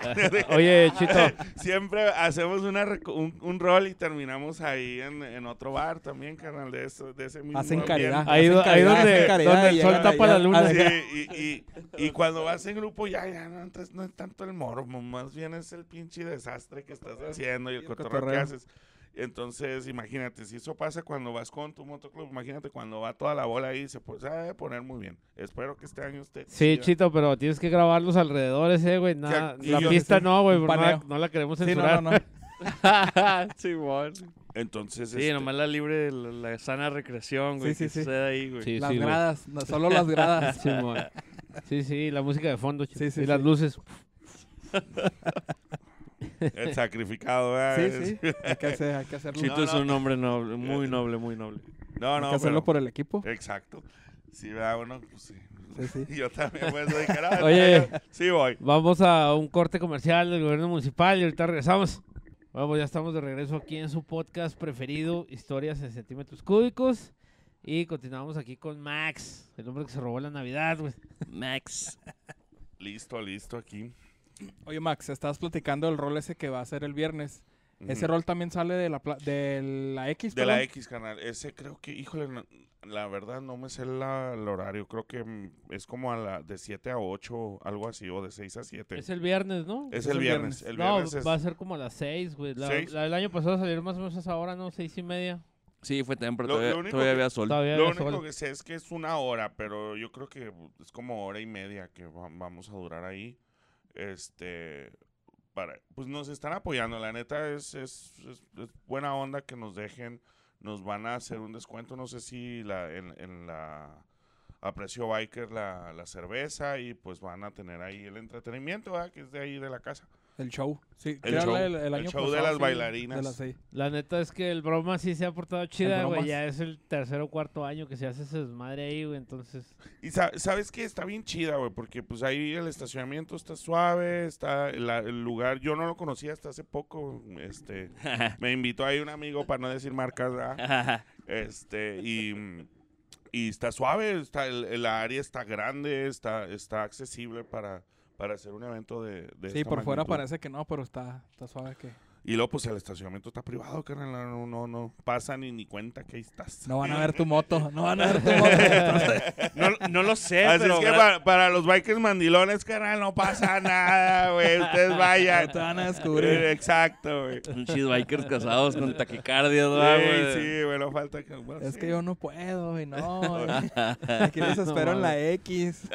Speaker 1: Oye, Chito,
Speaker 4: siempre hacemos una, reco- un, un rol y terminamos ahí en, en otro bar también, canal de, eso, de ese mismo
Speaker 3: Hacen
Speaker 4: ambiente.
Speaker 3: caridad.
Speaker 1: ahí,
Speaker 3: hacen
Speaker 1: do- ahí
Speaker 3: caridad,
Speaker 1: donde,
Speaker 3: hacen caridad
Speaker 1: donde
Speaker 3: y
Speaker 1: el sol
Speaker 3: llegan
Speaker 1: tapa
Speaker 3: allá
Speaker 1: la luna.
Speaker 3: al-
Speaker 4: Sí, y, y, y cuando vas en grupo ya, ya no, entonces no es tanto el morbo, más bien es el pinche desastre que estás haciendo y el
Speaker 3: el
Speaker 4: cotorreo que
Speaker 3: cotorreo.
Speaker 4: haces. Entonces, imagínate, si eso pasa cuando vas con tu motoclub, imagínate cuando va toda la bola ahí, se puede sabe poner muy bien. Espero que este año esté.
Speaker 1: Sí,
Speaker 4: chida.
Speaker 1: chito, pero tienes que grabar los alrededores, eh, güey. nada-
Speaker 4: sí,
Speaker 1: la
Speaker 4: yo-
Speaker 1: pista no, güey,
Speaker 3: un
Speaker 1: no la,
Speaker 3: paneo.
Speaker 1: no la queremos
Speaker 3: Sí, no,
Speaker 1: censurar.
Speaker 3: no, no.
Speaker 2: Simón. Sí,
Speaker 4: Entonces, este,
Speaker 2: nomás la libre, de la, la sana recreación, güey.
Speaker 3: Sí, sí,
Speaker 2: que
Speaker 3: sí.
Speaker 2: suceda ahí, güey.
Speaker 1: Sí,
Speaker 3: Las
Speaker 1: sí, güey.
Speaker 3: gradas, no, solo las gradas.
Speaker 1: Simón. Sí, sí, la música de fondo, chito.
Speaker 3: Sí, sí,
Speaker 1: y las
Speaker 3: sí.
Speaker 1: luces.
Speaker 4: el sacrificado,
Speaker 3: Sí,
Speaker 4: ¿verdad?
Speaker 3: sí, hay que, hacer- hay que hacerlo.
Speaker 2: Chito
Speaker 4: No,
Speaker 2: es
Speaker 4: no.
Speaker 2: un hombre noble, muy noble, muy noble.
Speaker 4: No,
Speaker 3: hay
Speaker 4: no,
Speaker 3: que hacerlo
Speaker 4: pero- eh,
Speaker 3: por el equipo.
Speaker 4: Exacto. Sí, ¿verdad? Bueno, pues sí.
Speaker 3: Sí, sí.
Speaker 4: Yo también, pues, dije, "Ah,
Speaker 1: Oye.
Speaker 4: Sí, voy.
Speaker 1: Vamos a un corte comercial del gobierno municipal y ahorita regresamos. Vamos, ya estamos de regreso aquí en su podcast preferido, Historias en Centímetros Cúbicos. Y continuamos aquí con Max, el hombre que se robó la Navidad, güey.
Speaker 2: Max.
Speaker 4: Listo, listo aquí.
Speaker 3: Oye, Max, estabas platicando del rol ese que va a ser el viernes. Ese
Speaker 4: Ujú.
Speaker 3: rol también sale de la, pla- de la X,
Speaker 4: De la
Speaker 3: perdón.
Speaker 4: X canal. Ese creo que, híjole, no- la verdad no me sé la- el horario. Creo que mm, es como a la, de 7 a 8, algo así, o de 6 a 7.
Speaker 1: Es el viernes, ¿no?
Speaker 4: Este, Es el viernes. El viernes
Speaker 1: no,
Speaker 4: es.
Speaker 1: va a ser como a las seis, güey. La-
Speaker 4: ¿Seis?
Speaker 1: la- el año pasado salieron más o menos a esa hora, ¿no? Seis y media.
Speaker 2: Sí, fue temprano.
Speaker 4: Lo- lo
Speaker 2: Todavía,
Speaker 4: único
Speaker 2: todavía
Speaker 4: que-
Speaker 2: había sol.
Speaker 1: Todavía
Speaker 4: Lo
Speaker 1: había sol.
Speaker 4: único que sé es que es una hora, pero yo creo que es como hora y media que va- vamos a durar ahí. Este. Para, pues nos están apoyando, la neta es, es, es- es buena onda que nos dejen. Nos van a hacer un descuento, no sé si la, en, en la. A precio biker la, la cerveza y pues van a tener ahí el entretenimiento, ¿verdad? Que es de ahí de la casa.
Speaker 3: El show. Sí,
Speaker 4: El
Speaker 3: era
Speaker 4: show.
Speaker 3: El, el
Speaker 4: El
Speaker 3: año
Speaker 4: show de
Speaker 3: pasado,
Speaker 4: las
Speaker 3: sí,
Speaker 4: bailarinas.
Speaker 3: de las- sí.
Speaker 1: La neta es que el broma sí se ha portado chida,
Speaker 3: El
Speaker 1: güey.
Speaker 3: Bromas.
Speaker 1: Ya es el tercer o cuarto año que se hace ese desmadre ahí, güey. Entonces,
Speaker 4: Y sa- sabes que está bien chida, güey, porque pues ahí el estacionamiento está suave, está la- el lugar, yo no lo conocía hasta hace poco, este, me invitó ahí un amigo para no decir marcas, ¿verdad? este, y, y está suave, está, el, el área está grande, está, está accesible para, para hacer un evento de... de
Speaker 3: Sí,
Speaker 4: esta
Speaker 3: por fuera
Speaker 4: magnitud.
Speaker 3: parece que no, pero está, está suave que...
Speaker 4: Y luego pues el estacionamiento está privado, carnal, no, no, no pasa ni, ni cuenta que ahí estás.
Speaker 3: No van a ver tu moto, no van a ver tu moto.
Speaker 2: No, no lo sé,
Speaker 4: Así es
Speaker 2: pero
Speaker 4: que
Speaker 2: gra-
Speaker 4: para, para los bikers mandilones, carnal, no pasa nada, güey. Ustedes vayan.
Speaker 3: No te van a descubrir.
Speaker 4: Eh, Exacto, güey.
Speaker 2: Pinches bikers casados con taquicardia,
Speaker 4: Sí,
Speaker 2: güey.
Speaker 4: sí, güey, no falta que... bueno,
Speaker 3: Es
Speaker 4: sí.
Speaker 3: que yo no puedo, güey, no. güey. Aquí les espero en la X.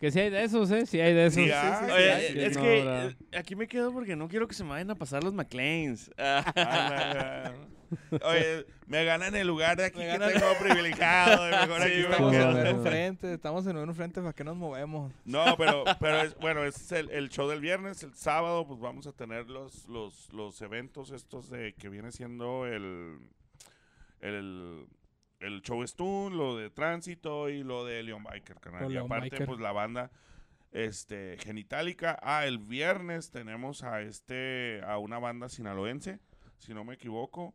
Speaker 1: que sí hay de esos, ¿eh? Sí hay de esos.
Speaker 4: Sí, ah,
Speaker 3: sí, sí,
Speaker 2: Oye,
Speaker 4: sí,
Speaker 2: es
Speaker 1: no,
Speaker 2: que
Speaker 1: bra.
Speaker 2: eh, aquí me quedo porque no quiero que se me vayan a pasar los McLeans. Ah,
Speaker 4: Ándale, güey. Ah, Oye, me ganan el lugar de aquí
Speaker 3: Me
Speaker 4: que
Speaker 3: ganan-
Speaker 4: tengo privilegiado. y mejor
Speaker 2: Sí,
Speaker 4: aquí me
Speaker 3: Estamos
Speaker 4: quedo.
Speaker 3: en
Speaker 1: no, no,
Speaker 3: un
Speaker 1: no.
Speaker 3: frente, estamos en un frente, ¿para qué nos movemos?
Speaker 4: No, pero, pero es, bueno, ese es el, el show del viernes. El sábado, pues vamos a tener los, los, los eventos estos de que viene siendo el, el, el show Stun, lo de tránsito y lo de Leon Biker, carnal.
Speaker 3: Lo
Speaker 4: Y
Speaker 3: Oh, Leon
Speaker 4: aparte,
Speaker 3: Biker.
Speaker 4: pues la banda este, genitálica. Ah, el viernes tenemos a este, a una banda sinaloense, si no me equivoco.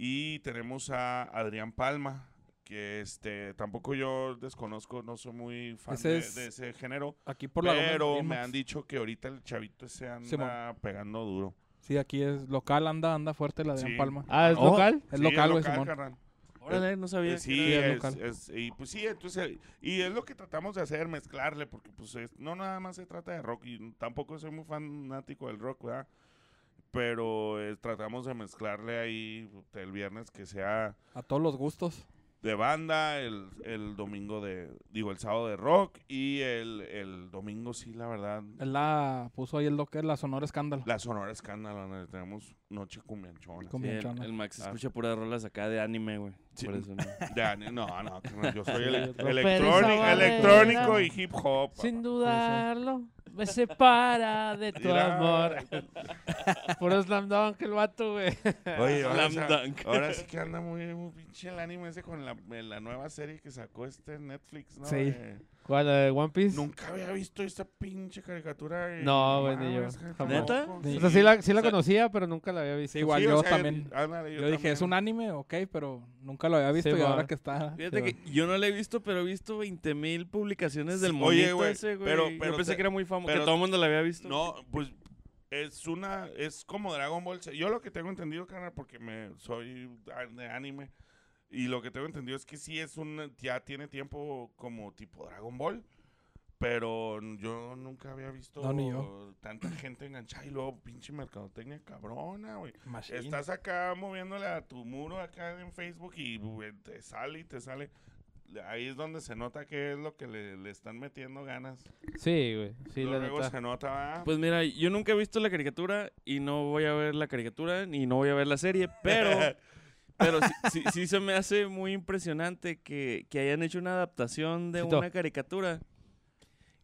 Speaker 4: Y tenemos a Adrián Palma. Que este, tampoco yo desconozco, no soy muy fan
Speaker 3: Ese
Speaker 4: de-
Speaker 3: es-
Speaker 4: de ese género.
Speaker 3: Aquí por la... Loma
Speaker 4: Pero me
Speaker 3: Limax.
Speaker 4: han dicho que ahorita el chavito se anda
Speaker 3: Simón.
Speaker 4: pegando duro.
Speaker 3: Sí, aquí es local, anda, anda fuerte la de
Speaker 4: Sí.
Speaker 3: Adrián Palma.
Speaker 1: Ah, ¿es
Speaker 2: Oh.
Speaker 1: local?
Speaker 3: Es
Speaker 4: Sí,
Speaker 3: local, güey, Simón.
Speaker 4: carnal.
Speaker 2: Órale, no sabía.
Speaker 4: Eh,
Speaker 2: que
Speaker 4: Sí,
Speaker 3: era
Speaker 4: es,
Speaker 3: local.
Speaker 4: es- y pues sí, entonces, y es lo que tratamos de hacer, mezclarle, porque pues es- no nada más se trata de rock, y tampoco soy muy fanático del rock, ¿verdad? Pero eh, tratamos de mezclarle ahí el viernes que sea
Speaker 3: A todos los gustos.
Speaker 4: de banda, el, el domingo de, digo, el sábado de rock y el, el domingo sí, la verdad,
Speaker 3: Él la puso ahí el locker, la Sonora Escándalo.
Speaker 4: la Sonora Escándalo, donde tenemos noche cumbianchona.
Speaker 3: Cum-
Speaker 4: Sí,
Speaker 2: Sí, el,
Speaker 3: Chona.
Speaker 2: el Max
Speaker 4: Ah.
Speaker 2: escucha puras rolas acá de anime, güey.
Speaker 4: Sí.
Speaker 2: Por eso no.
Speaker 4: ya, ni- no, no, carnal, yo soy ele-
Speaker 1: Romper
Speaker 4: electrónico,
Speaker 1: esa
Speaker 4: electrónico
Speaker 1: barrera.
Speaker 4: y hip hop.
Speaker 1: Sin dudarlo, me separa de tu
Speaker 4: Mira.
Speaker 1: amor. Puro slam dunk el vato, güey.
Speaker 4: Oye, ahora,
Speaker 2: Slam
Speaker 4: sa-
Speaker 2: dunk.
Speaker 4: ahora sí que anda muy, muy pinche el anime ese con la, eh, la nueva serie que sacó este Netflix, ¿no?
Speaker 3: Sí.
Speaker 4: De-
Speaker 1: ¿Cuál? ¿La de One Piece?
Speaker 4: nunca había visto esta pinche caricatura. y-
Speaker 1: No, güey, ni yo.
Speaker 4: mames,
Speaker 1: Jamás.
Speaker 4: tampoco.
Speaker 2: ¿Neta?
Speaker 1: O sea, sí la, sí la conocía, pero nunca la había visto.
Speaker 3: Sí, igual
Speaker 4: Sí, o
Speaker 3: yo
Speaker 4: sea,
Speaker 3: también.
Speaker 4: ándale,
Speaker 3: Yo, dije, es un
Speaker 4: también.
Speaker 3: anime, ok, pero nunca lo había visto
Speaker 1: Sí,
Speaker 3: y
Speaker 1: va.
Speaker 3: ahora que está.
Speaker 2: Fíjate
Speaker 3: sí, va.
Speaker 2: que yo no la he visto, pero he visto 20 mil publicaciones del
Speaker 4: Sí,
Speaker 2: monito
Speaker 4: oye, güey,
Speaker 2: ese, güey.
Speaker 4: pero-
Speaker 2: Yo
Speaker 4: pero
Speaker 2: pensé
Speaker 4: te-
Speaker 2: que era muy famoso, que
Speaker 4: pero-
Speaker 2: todo el mundo la había visto.
Speaker 4: No, pues es una. Es como Dragon Ball. Z. Yo lo que tengo entendido, carnal, porque me soy a- de anime. Y lo que tengo entendido es que sí es un. Ya tiene tiempo como tipo Dragon Ball. Pero yo nunca había visto
Speaker 3: No, ni yo.
Speaker 4: tanta gente enganchada. Y luego, pinche mercadotecnia cabrona, güey.
Speaker 3: Machine.
Speaker 4: Estás acá moviéndole a tu muro acá en Facebook y güey, te sale y te sale. Ahí es donde se nota que es lo que le, le están metiendo ganas.
Speaker 1: Sí, güey. Sí, la
Speaker 4: Luego
Speaker 1: neta.
Speaker 4: se nota, ¿verdad?
Speaker 2: Pues mira, yo nunca he visto la caricatura y no voy a ver la caricatura ni no voy a ver la serie, pero, pero sí, sí- sí se me hace muy impresionante que, que hayan hecho una adaptación de
Speaker 1: Chito.
Speaker 2: una caricatura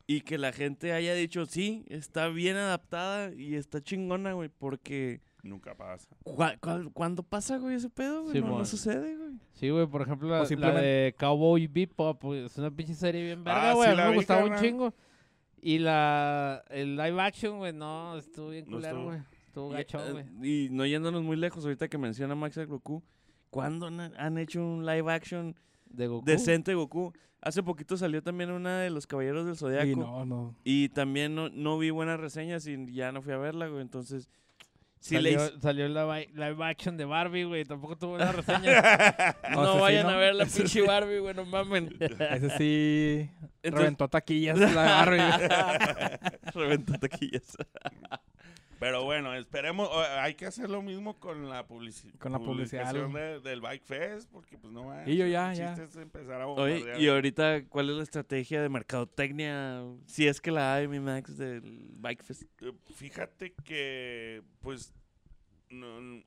Speaker 2: y que la gente haya dicho, sí, está bien adaptada y está chingona, güey, porque...
Speaker 4: Nunca pasa.
Speaker 2: ¿cuá- cuál- ¿Cuándo pasa, güey, ese pedo, güey?
Speaker 1: Sí,
Speaker 2: no, no
Speaker 1: mon.
Speaker 2: sucede, güey.
Speaker 1: Sí, güey, por ejemplo, la, la
Speaker 3: simplemente-
Speaker 1: de Cowboy Bebop, güey, es una pinche serie bien verga,
Speaker 4: Ah,
Speaker 1: güey, a
Speaker 4: sí
Speaker 1: mí
Speaker 4: la
Speaker 1: me
Speaker 4: vi,
Speaker 1: gustaba un
Speaker 4: carnal.
Speaker 1: chingo. Y la, el live action, güey, no, estuvo bien
Speaker 4: No
Speaker 1: culero,
Speaker 4: estuvo.
Speaker 1: güey. Estuvo
Speaker 2: Y,
Speaker 1: gacho,
Speaker 2: eh,
Speaker 1: güey.
Speaker 2: Y, no yéndonos muy lejos, ahorita que menciona Max a Goku, ¿cuándo han- han hecho un live action
Speaker 1: De Goku.
Speaker 2: decente Goku? Hace poquito salió también una de los Caballeros del Zodiaco.
Speaker 3: Y
Speaker 2: Y,
Speaker 3: no, no.
Speaker 2: también no, no vi buenas reseñas y ya no fui a verla, güey. Entonces, si le
Speaker 1: salió,
Speaker 2: hice-
Speaker 1: salió la vi- live action de Barbie, güey, tampoco tuvo una reseña.
Speaker 4: Ah,
Speaker 2: no,
Speaker 3: o sea, sí,
Speaker 2: vayan
Speaker 3: ¿no?
Speaker 2: a ver la pinche Barbie, güey, no mamen.
Speaker 3: Ese sí
Speaker 2: Entonces,
Speaker 3: reventó taquillas la Barbie.
Speaker 2: reventó taquillas.
Speaker 4: Pero bueno, esperemos. o- Hay que hacer lo mismo con la, publici-
Speaker 3: Con la publicidad,
Speaker 4: publicación
Speaker 3: güey.
Speaker 4: de- del Bike Fest, porque pues no va
Speaker 3: Y yo ya, ya.
Speaker 4: es empezar a
Speaker 2: Oye,
Speaker 4: bombardear.
Speaker 2: y ahorita, ¿cuál es la estrategia de mercadotecnia? Si es que la hay, mi Max, del Bike Fest.
Speaker 4: Eh, Fíjate que, pues, no- n-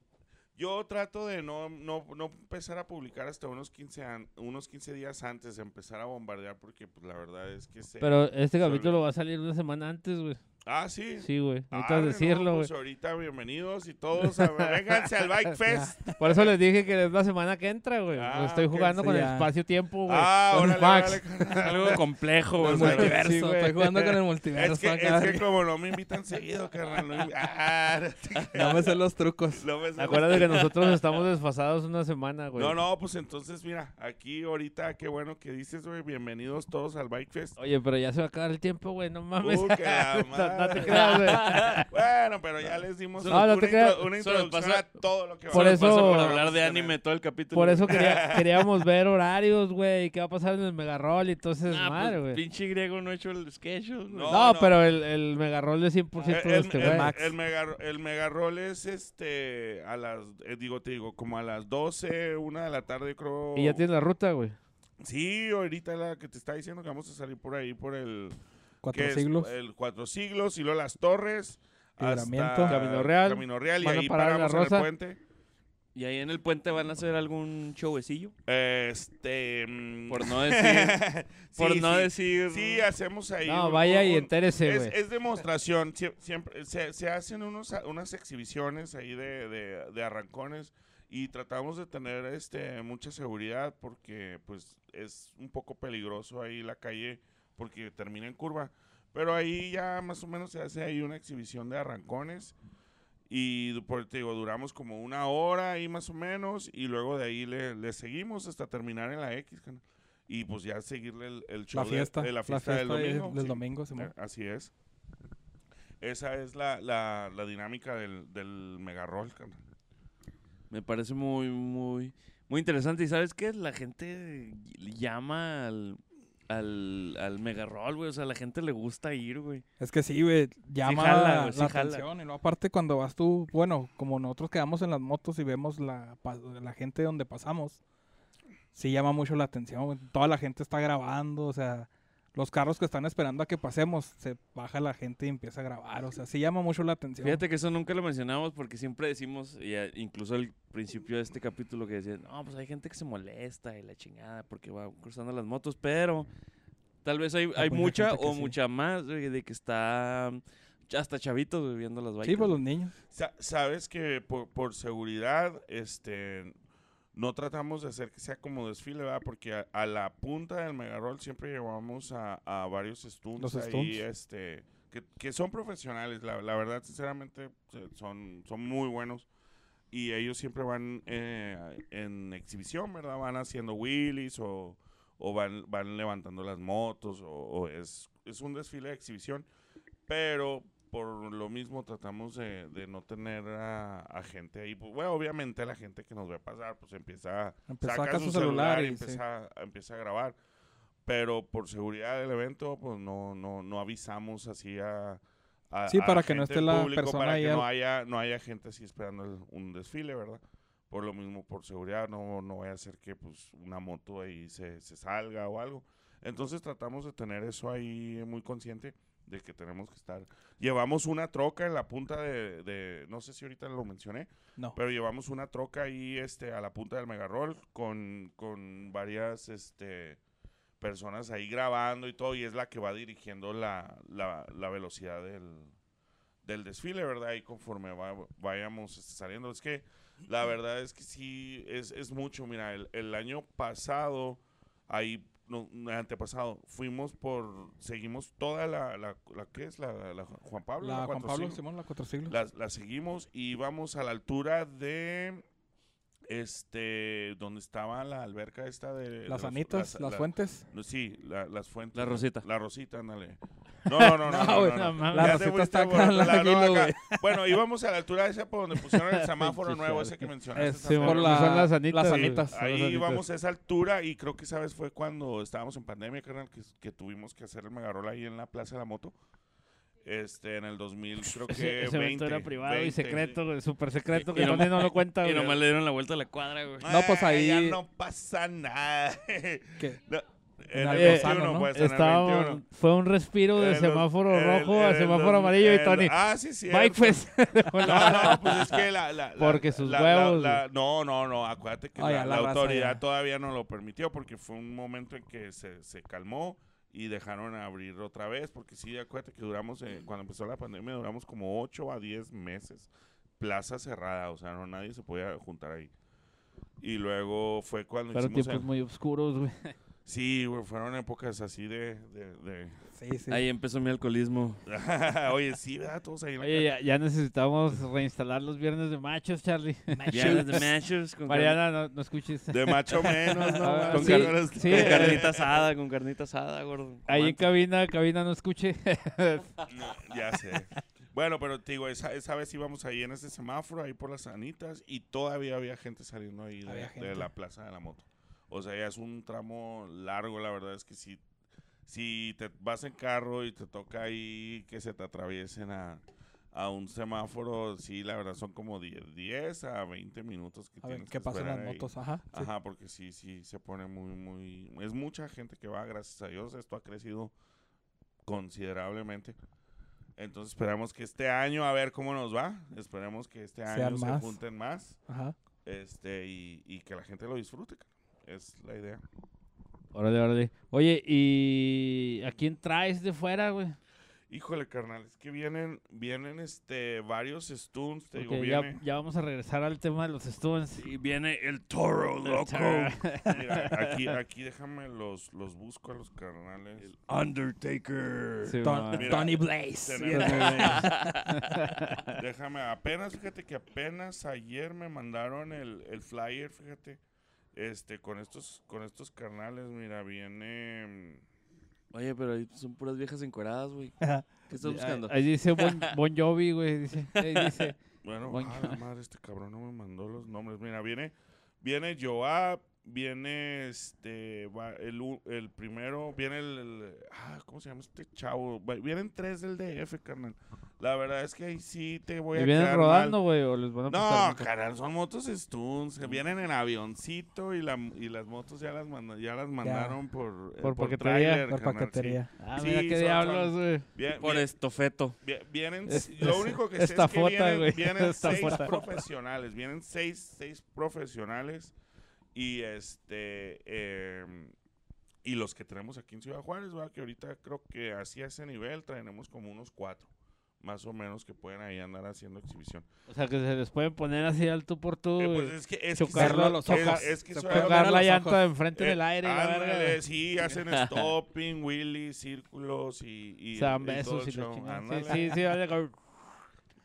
Speaker 4: yo trato de no, no, no empezar a publicar hasta unos 15, an- unos 15 días antes de empezar a bombardear, porque pues la verdad es que se...
Speaker 1: Pero este
Speaker 4: Solo.
Speaker 1: capítulo va a salir una semana antes, güey.
Speaker 4: ah, sí.
Speaker 1: Sí, güey, necesitas
Speaker 4: Arre, no,
Speaker 1: decirlo, güey.
Speaker 4: pues ahorita bienvenidos y todos, a- vénganse al Bike Fest.
Speaker 1: Por eso les dije que es la semana que entra, güey.
Speaker 4: Ah,
Speaker 1: Pues estoy
Speaker 4: ok,
Speaker 1: jugando
Speaker 3: sí,
Speaker 1: con el
Speaker 3: ya.
Speaker 1: espacio-tiempo, güey.
Speaker 4: ah,
Speaker 1: Con
Speaker 4: órale,
Speaker 1: Max.
Speaker 4: órale, carnal.
Speaker 2: Algo complejo, güey.
Speaker 3: El
Speaker 4: Pues Sí, güey.
Speaker 3: multiverso,
Speaker 1: Sí, güey.
Speaker 3: estoy jugando con el multiverso.
Speaker 4: Es que,
Speaker 3: acá,
Speaker 4: es que
Speaker 3: verga.
Speaker 4: como no me invitan seguido, carnal. No, invi- ah, no te
Speaker 3: No me sé los trucos.
Speaker 4: no me sé-
Speaker 1: Acuérdate que nosotros estamos desfasados una semana, güey.
Speaker 4: No, no, pues entonces, mira, aquí ahorita, qué bueno que dices, güey, bienvenidos todos al Bike Fest.
Speaker 1: Oye, pero ya se va a acabar el tiempo, güey, no mames.
Speaker 4: Uh, que la
Speaker 1: no, no te
Speaker 4: madre.
Speaker 1: creas, güey.
Speaker 4: Bueno, pero ya les dimos
Speaker 1: No, no
Speaker 4: una,
Speaker 1: te creas.
Speaker 4: intro- una
Speaker 2: Solo
Speaker 4: introducción
Speaker 2: pasa-
Speaker 4: a todo lo que
Speaker 1: Por
Speaker 4: va a
Speaker 1: eso-
Speaker 2: Pasa
Speaker 4: pasar.
Speaker 2: por hablar de anime todo el capítulo.
Speaker 1: Por eso quería- queríamos ver horarios, güey, qué va a pasar en el Megarol y todo ese
Speaker 2: Ah,
Speaker 1: desmadre,
Speaker 2: pues,
Speaker 1: güey.
Speaker 2: pinche griego no ha hecho el sketch. güey.
Speaker 4: No.
Speaker 1: no, pero el, el Megarol es 100%
Speaker 4: El,
Speaker 1: de este,
Speaker 4: el- el-
Speaker 1: güey.
Speaker 4: el mega, el mega roll es este a las eh, digo te digo como a las 12, una de la tarde creo.
Speaker 1: Y ya tiene la ruta, güey.
Speaker 4: Sí, ahorita la que te está diciendo que vamos a salir por ahí por el
Speaker 3: Cuatro
Speaker 4: que es
Speaker 3: siglos.
Speaker 4: El Cuatro Siglos y luego Las Torres.
Speaker 3: Libramiento.
Speaker 4: hasta
Speaker 1: Camino Real.
Speaker 4: Camino Real y
Speaker 1: Van a
Speaker 4: ahí
Speaker 1: parar en La
Speaker 4: paramos en el
Speaker 1: Rosa.
Speaker 4: puente.
Speaker 2: Y ahí en el puente van a hacer algún showecillo.
Speaker 4: Este. mm,
Speaker 2: Por no decir.
Speaker 4: sí,
Speaker 2: por no
Speaker 4: sí.
Speaker 2: decir.
Speaker 4: Sí, hacemos ahí.
Speaker 1: No,
Speaker 4: un-
Speaker 1: vaya y
Speaker 4: un-
Speaker 1: entérese,
Speaker 4: es,
Speaker 1: güey.
Speaker 4: es demostración. Sie- Siempre, se, se hacen unos, a- unas exhibiciones ahí de, de- de arrancones y tratamos de tener este mucha seguridad porque pues es un poco peligroso ahí la calle porque termina en curva. Pero ahí ya más o menos se hace ahí una exhibición de arrancones y du- por, te digo, duramos como una hora ahí más o menos y luego de ahí le, le seguimos hasta terminar en la X. carnal. Y pues ya seguirle el, el show
Speaker 3: La
Speaker 4: de-
Speaker 3: fiesta.
Speaker 4: de, la fiesta, del
Speaker 3: de-
Speaker 4: domingo.
Speaker 3: del
Speaker 4: sí.
Speaker 3: domingo, Simón.
Speaker 4: Eh, Así es. Esa es la, la, la dinámica del, del megarrol, carnal.
Speaker 2: Me parece muy, muy. Muy interesante. ¿Y sabes qué? La gente llama al. Al, al mega roll, güey. O sea, a la gente le gusta ir, güey.
Speaker 3: Es que sí, güey, llama
Speaker 2: jala, güey, sí
Speaker 3: la
Speaker 2: jala.
Speaker 3: atención. Y luego aparte cuando vas tú, bueno, como nosotros quedamos en las motos y vemos la, pa- la gente donde pasamos, sí llama mucho la atención. güey. Toda la gente está grabando, o sea, los carros que están esperando a que pasemos, se baja la gente y empieza a grabar, o sea, sí llama mucho la atención.
Speaker 2: Fíjate que eso nunca lo mencionamos porque siempre decimos, y a- incluso al principio de este capítulo, que decían, no, pues hay gente que se molesta y la chingada porque va cruzando las motos, pero tal vez hay, hay mucha
Speaker 3: mucha Ah, pues, gente que
Speaker 2: o
Speaker 3: sí.
Speaker 2: mucha más güey, de que está mm, hasta chavitos güey, viendo las bikes.
Speaker 3: sí, pues los niños.
Speaker 4: Sa- Sabes que por, por seguridad, este, no tratamos de hacer que sea como desfile, ¿verdad? Porque a, a la punta del megarol siempre llevamos a, a varios stunts
Speaker 3: Los
Speaker 4: ahí,
Speaker 3: stunts.
Speaker 4: este, que, que son profesionales, la, la verdad, sinceramente, se- son, son muy buenos. Y ellos siempre van eh, en exhibición, ¿verdad? Van haciendo wheelies o, o van, van levantando las motos o, o es, es un desfile de exhibición. Pero por lo mismo tratamos de, de no tener a, a gente ahí. Pues, bueno, obviamente la gente que nos ve pasar, pues empieza a
Speaker 3: Empezó
Speaker 4: saca
Speaker 3: acá
Speaker 4: su
Speaker 3: su celular y sí.
Speaker 4: empieza, a- empieza a grabar. Pero por seguridad del evento, pues no, no, no avisamos así a. a-
Speaker 3: Sí,
Speaker 4: a
Speaker 3: para que no esté
Speaker 4: gente,
Speaker 3: la
Speaker 4: público,
Speaker 3: persona
Speaker 4: para
Speaker 3: ahí
Speaker 4: que
Speaker 3: al-
Speaker 4: no haya, no haya gente así esperando el- un desfile, ¿verdad? Por lo mismo, por seguridad, no, no vaya a hacer que pues una moto ahí se, se salga o algo. Entonces tratamos de tener eso ahí muy consciente de que tenemos que estar. Llevamos una troca en la punta de, de no sé si ahorita lo mencioné,
Speaker 3: No.
Speaker 4: pero llevamos una troca ahí este, a la punta del Megarol con, con varias este, personas ahí grabando y todo, y es la que va dirigiendo la, la, la velocidad del, del desfile, ¿verdad? Y conforme va- vayamos este, saliendo. Es que la verdad es que sí, es, es mucho. Mira, el, el año pasado, ahí, no, antepasado, fuimos por, seguimos toda la, la, la ¿qué es? La, la- la Juan Pablo.
Speaker 3: la Juan
Speaker 4: Cuatro
Speaker 3: Pablo
Speaker 4: Siglos.
Speaker 3: Simón, la cuatro siglos.
Speaker 4: Las las seguimos y vamos a la altura de este donde estaba la alberca esta de de
Speaker 3: las
Speaker 4: los-
Speaker 3: anitas, las,
Speaker 4: la-
Speaker 3: fuentes.
Speaker 4: no, sí, la- las fuentes.
Speaker 2: La Rosita.
Speaker 4: La Rosita, ándale. No, no, no, no.
Speaker 3: No,
Speaker 4: no,
Speaker 3: Ah, güey,
Speaker 4: no,
Speaker 1: no
Speaker 4: no.
Speaker 1: mames.
Speaker 4: Ya
Speaker 3: La
Speaker 4: te
Speaker 3: Rosita
Speaker 4: fuiste
Speaker 3: está
Speaker 4: por
Speaker 3: acá
Speaker 4: otro
Speaker 3: al
Speaker 4: lado,
Speaker 3: Águila,
Speaker 4: acá.
Speaker 3: güey.
Speaker 4: Bueno, íbamos a la altura de esa por donde pusieron el semáforo nuevo ese que mencionaste.
Speaker 3: Es-
Speaker 4: hace
Speaker 1: Sí,
Speaker 3: por
Speaker 1: bueno,
Speaker 4: rato.
Speaker 3: la-
Speaker 1: son las anitas.
Speaker 3: las
Speaker 1: güey.
Speaker 3: anitas.
Speaker 1: Son las
Speaker 4: Ahí
Speaker 1: anitas.
Speaker 4: íbamos a esa altura y creo que esa vez fue cuando estábamos en pandemia, carnal, que, que tuvimos que hacer el megarola ahí en la Plaza de la Moto. Este, en el 2000, creo que
Speaker 1: Ese, ese evento
Speaker 4: 20,
Speaker 1: era privado y
Speaker 4: 20.
Speaker 1: secreto, güey, súper secreto,
Speaker 2: Y-
Speaker 1: que
Speaker 2: y
Speaker 1: Tony no lo cuenta,
Speaker 2: Y
Speaker 1: güey.
Speaker 2: nomás le dieron la vuelta a la cuadra, güey.
Speaker 3: No, pues
Speaker 4: Ah, Ya
Speaker 3: ahí-
Speaker 4: no pasa nada.
Speaker 3: que-
Speaker 4: No, en el
Speaker 3: algo
Speaker 4: 21,
Speaker 3: sano, ¿no?
Speaker 4: pues, en el
Speaker 1: Estaba un-
Speaker 4: 21.
Speaker 1: fue un respiro
Speaker 4: En
Speaker 1: de
Speaker 4: el dos-
Speaker 1: semáforo
Speaker 4: en el-
Speaker 1: rojo
Speaker 4: en
Speaker 1: a
Speaker 4: el
Speaker 1: semáforo
Speaker 4: dos-
Speaker 1: amarillo
Speaker 4: en
Speaker 1: y
Speaker 4: el-
Speaker 1: Tony.
Speaker 4: Ah, sí, sí.
Speaker 1: Bike Fest.
Speaker 4: No, no, pues es que la... la- la-
Speaker 1: Porque sus
Speaker 4: la-
Speaker 1: huevos,
Speaker 4: la- la- no, no, no, acuérdate que
Speaker 3: Ay,
Speaker 4: la,
Speaker 3: a la
Speaker 4: la
Speaker 3: raza
Speaker 4: autoridad
Speaker 3: ya.
Speaker 4: todavía no lo permitió porque fue un momento en que se, se calmó y dejaron abrir otra vez porque sí, acuérdate que duramos, eh, cuando empezó la pandemia, duramos como 8 a 10 meses plaza cerrada, o sea, no nadie se podía juntar ahí. Y luego fue cuando
Speaker 1: Pero
Speaker 4: hicimos...
Speaker 1: tiempos
Speaker 4: el-
Speaker 1: muy oscuros, güey.
Speaker 4: Sí, güey, fueron épocas así de... de- de-
Speaker 3: sí, sí.
Speaker 2: Ahí empezó mi alcoholismo.
Speaker 4: Oye, sí, ¿verdad? Todos ahí en la
Speaker 1: Oye,
Speaker 4: calle.
Speaker 1: ya, ya necesitamos reinstalar los viernes de machos, Charlie.
Speaker 2: Ya las de Machos con, carni-
Speaker 1: Mariana, no, no escuches.
Speaker 4: De macho menos,
Speaker 1: Ah,
Speaker 4: ¿no? Con
Speaker 1: sí,
Speaker 4: Carlos-
Speaker 1: sí,
Speaker 2: con
Speaker 1: eh,
Speaker 2: carnita asada, con carnita asada, gordo.
Speaker 1: Ahí en
Speaker 2: Aguanta.
Speaker 1: cabina, cabina no escuche.
Speaker 4: No, ya sé. Bueno, pero te digo, esa, esa vez íbamos ahí en ese semáforo, ahí por las anitas, y todavía había gente saliendo ahí de,
Speaker 3: Había
Speaker 4: de
Speaker 3: gente.
Speaker 4: la plaza de la moto. O sea, ya es un tramo largo, la verdad es que si, si te vas en carro y te toca ahí que se te atraviesen a, a un semáforo, sí, la verdad son como 10, 10 a 20 minutos que
Speaker 3: a ver
Speaker 4: tienes
Speaker 3: qué
Speaker 4: que
Speaker 3: pasa en
Speaker 4: esperar
Speaker 3: las
Speaker 4: ahí.
Speaker 3: motos, ajá. sí.
Speaker 4: Ajá, porque sí, sí, se pone muy, muy... Es mucha gente que va, gracias a Dios, esto ha crecido considerablemente. Entonces esperamos que este año, a ver cómo nos va, esperemos que este
Speaker 3: Sean
Speaker 4: año se
Speaker 3: más.
Speaker 4: junten más
Speaker 3: ajá.
Speaker 4: este y, y que la gente lo disfrute. cara. Es la idea.
Speaker 1: Órale, órale. Oye, ¿y a quién traes de fuera, güey?
Speaker 4: Híjole, carnal, es que vienen, vienen este, varios stunts, te digo,
Speaker 1: Porque ya,
Speaker 4: viene...
Speaker 1: ya vamos a regresar al tema de los Stones.
Speaker 2: Y viene el toro, loco.
Speaker 4: Mira, aquí, aquí déjame los, los busco a los carnales.
Speaker 2: El Undertaker.
Speaker 1: Sí,
Speaker 3: Ton-
Speaker 1: mamá.
Speaker 4: Mira,
Speaker 3: Tony Blaze.
Speaker 4: tenemos-
Speaker 3: Sí,
Speaker 4: Déjame, apenas, fíjate que apenas ayer me mandaron el, el flyer, fíjate. Este, con estos, con estos carnales, mira, viene.
Speaker 2: Oye, pero ahí son puras viejas encueradas, güey.
Speaker 3: Ajá.
Speaker 2: ¿Qué estás
Speaker 1: Ahí-
Speaker 2: buscando?
Speaker 1: Ahí dice Bon, Bon Jovi, güey. Dice, ahí dice.
Speaker 4: mm, Bueno,
Speaker 1: Buen
Speaker 4: a la madre, este cabrón no me mandó los nombres. Mira, viene, viene Joab, viene este, va- el, u- el primero, viene el, el- ah, ¿cómo se llama este chavo? Va- Vienen tres del DF, carnal. La verdad es que ahí sí te voy
Speaker 1: ¿Y
Speaker 4: a
Speaker 1: vienen
Speaker 4: quedar
Speaker 1: rodando,
Speaker 4: mal.
Speaker 1: güey? ¿O les van pues, a Mm.
Speaker 4: No,
Speaker 1: prestar?
Speaker 4: carnal, son motos Stunts. que Vienen en avioncito y, la, y las motos ya las, manda- ya las mandaron por, eh,
Speaker 1: Por paquetería, por
Speaker 4: tráiler,
Speaker 3: Por
Speaker 4: carnal, sí.
Speaker 3: paquetería.
Speaker 1: Ah,
Speaker 4: Sí,
Speaker 1: mira qué
Speaker 4: son-
Speaker 1: diablos,
Speaker 4: son-
Speaker 1: güey.
Speaker 4: Bien-
Speaker 2: Por
Speaker 4: bien-
Speaker 2: estofeto.
Speaker 4: Vi- Vienen,
Speaker 1: Es-
Speaker 4: lo
Speaker 1: es-
Speaker 4: único que sé es que
Speaker 1: estafota, güey,
Speaker 4: vienen, vienen seis
Speaker 1: estafota.
Speaker 4: profesionales, vienen seis, seis profesionales y este em, y los que tenemos aquí en Ciudad Juárez, ¿verdad? que ahorita creo que así a ese nivel traemos como unos cuatro, más o menos que pueden ahí andar haciendo exhibición.
Speaker 1: O sea, que se les pueden poner así al tú por tú,
Speaker 4: Eh,
Speaker 1: güey.
Speaker 4: pues es que es
Speaker 1: chocarlo
Speaker 4: que,
Speaker 1: a los
Speaker 4: es-
Speaker 1: ojos.
Speaker 4: es que
Speaker 3: Se
Speaker 4: eso-
Speaker 3: puede
Speaker 1: Tocar
Speaker 3: ver a
Speaker 1: la
Speaker 3: los
Speaker 1: llanta
Speaker 3: ojos.
Speaker 1: enfrente del
Speaker 4: eh,
Speaker 1: aire, y la verga,
Speaker 4: ándale,
Speaker 1: güey.
Speaker 4: sí, hacen stopping, wheelies, círculos y, y,
Speaker 1: Se dan
Speaker 4: y todo
Speaker 1: besos
Speaker 4: el
Speaker 1: y la
Speaker 4: show.
Speaker 1: chingada. Sí,
Speaker 4: Ándale.
Speaker 1: sí, sí, vale, cabrón.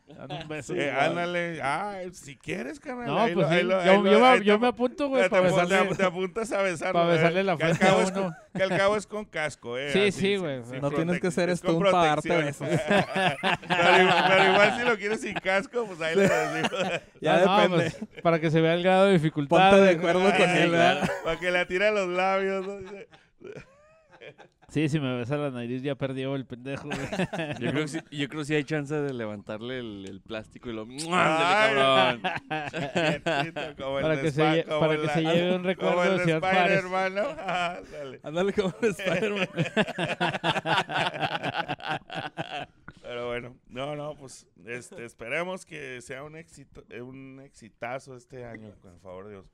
Speaker 1: Dan un beso.
Speaker 4: Eh, ándale, ah, si quieres, carnal.
Speaker 1: No,
Speaker 4: ahí
Speaker 1: pues
Speaker 4: lo- ahí
Speaker 1: sí.
Speaker 4: lo- ahí
Speaker 1: Yo,
Speaker 4: lo-
Speaker 1: yo
Speaker 4: ahí
Speaker 1: me, yo
Speaker 4: te-
Speaker 1: me apunto, güey,
Speaker 4: te
Speaker 1: para
Speaker 4: apu- te,
Speaker 1: besarle,
Speaker 4: ap- te apuntas a besarlo.
Speaker 1: para
Speaker 4: eh,
Speaker 1: besarle la
Speaker 4: que al
Speaker 1: frente a
Speaker 4: cabo es con-
Speaker 1: uno. Ah,
Speaker 4: Que al cabo es con casco, eh.
Speaker 1: Sí,
Speaker 4: así,
Speaker 1: sí,
Speaker 4: sin-
Speaker 1: güey.
Speaker 4: sin
Speaker 1: No
Speaker 3: tienes que
Speaker 4: protec-
Speaker 3: ser
Speaker 4: es con
Speaker 3: stunt para darte
Speaker 4: protección. pero, igual, pero igual si lo quieres sin casco, pues ahí le decimos.
Speaker 3: Ya
Speaker 1: No, no,
Speaker 3: depende.
Speaker 1: pues, para que se vea el grado de dificultad.
Speaker 3: Ponte de
Speaker 1: güey.
Speaker 3: acuerdo con él, ¿verdad?
Speaker 4: Para que la tire a los labios. ¿no?
Speaker 1: Sí, si me besa la nariz ya perdió el pendejo, güey.
Speaker 2: Yo creo, que sí, yo creo que sí hay chance de levantarle el, el plástico y lo...
Speaker 4: Ay,
Speaker 2: ¡Ándale, cabrón!
Speaker 4: Como el
Speaker 1: Para
Speaker 4: de
Speaker 1: que se
Speaker 4: Spa-
Speaker 1: lle-
Speaker 4: como
Speaker 1: para
Speaker 4: el
Speaker 1: que
Speaker 4: de-
Speaker 1: se lleve un recuerdo
Speaker 4: Como el
Speaker 1: de
Speaker 4: de
Speaker 1: Ciudad Juárez.
Speaker 4: Spider-Man, ¿no? Ah, dale.
Speaker 3: Ándale como un Spider-Man.
Speaker 4: Pero bueno, no, no, pues este, esperemos que sea un éxito, eh, un exitazo este año, con el favor de Dios.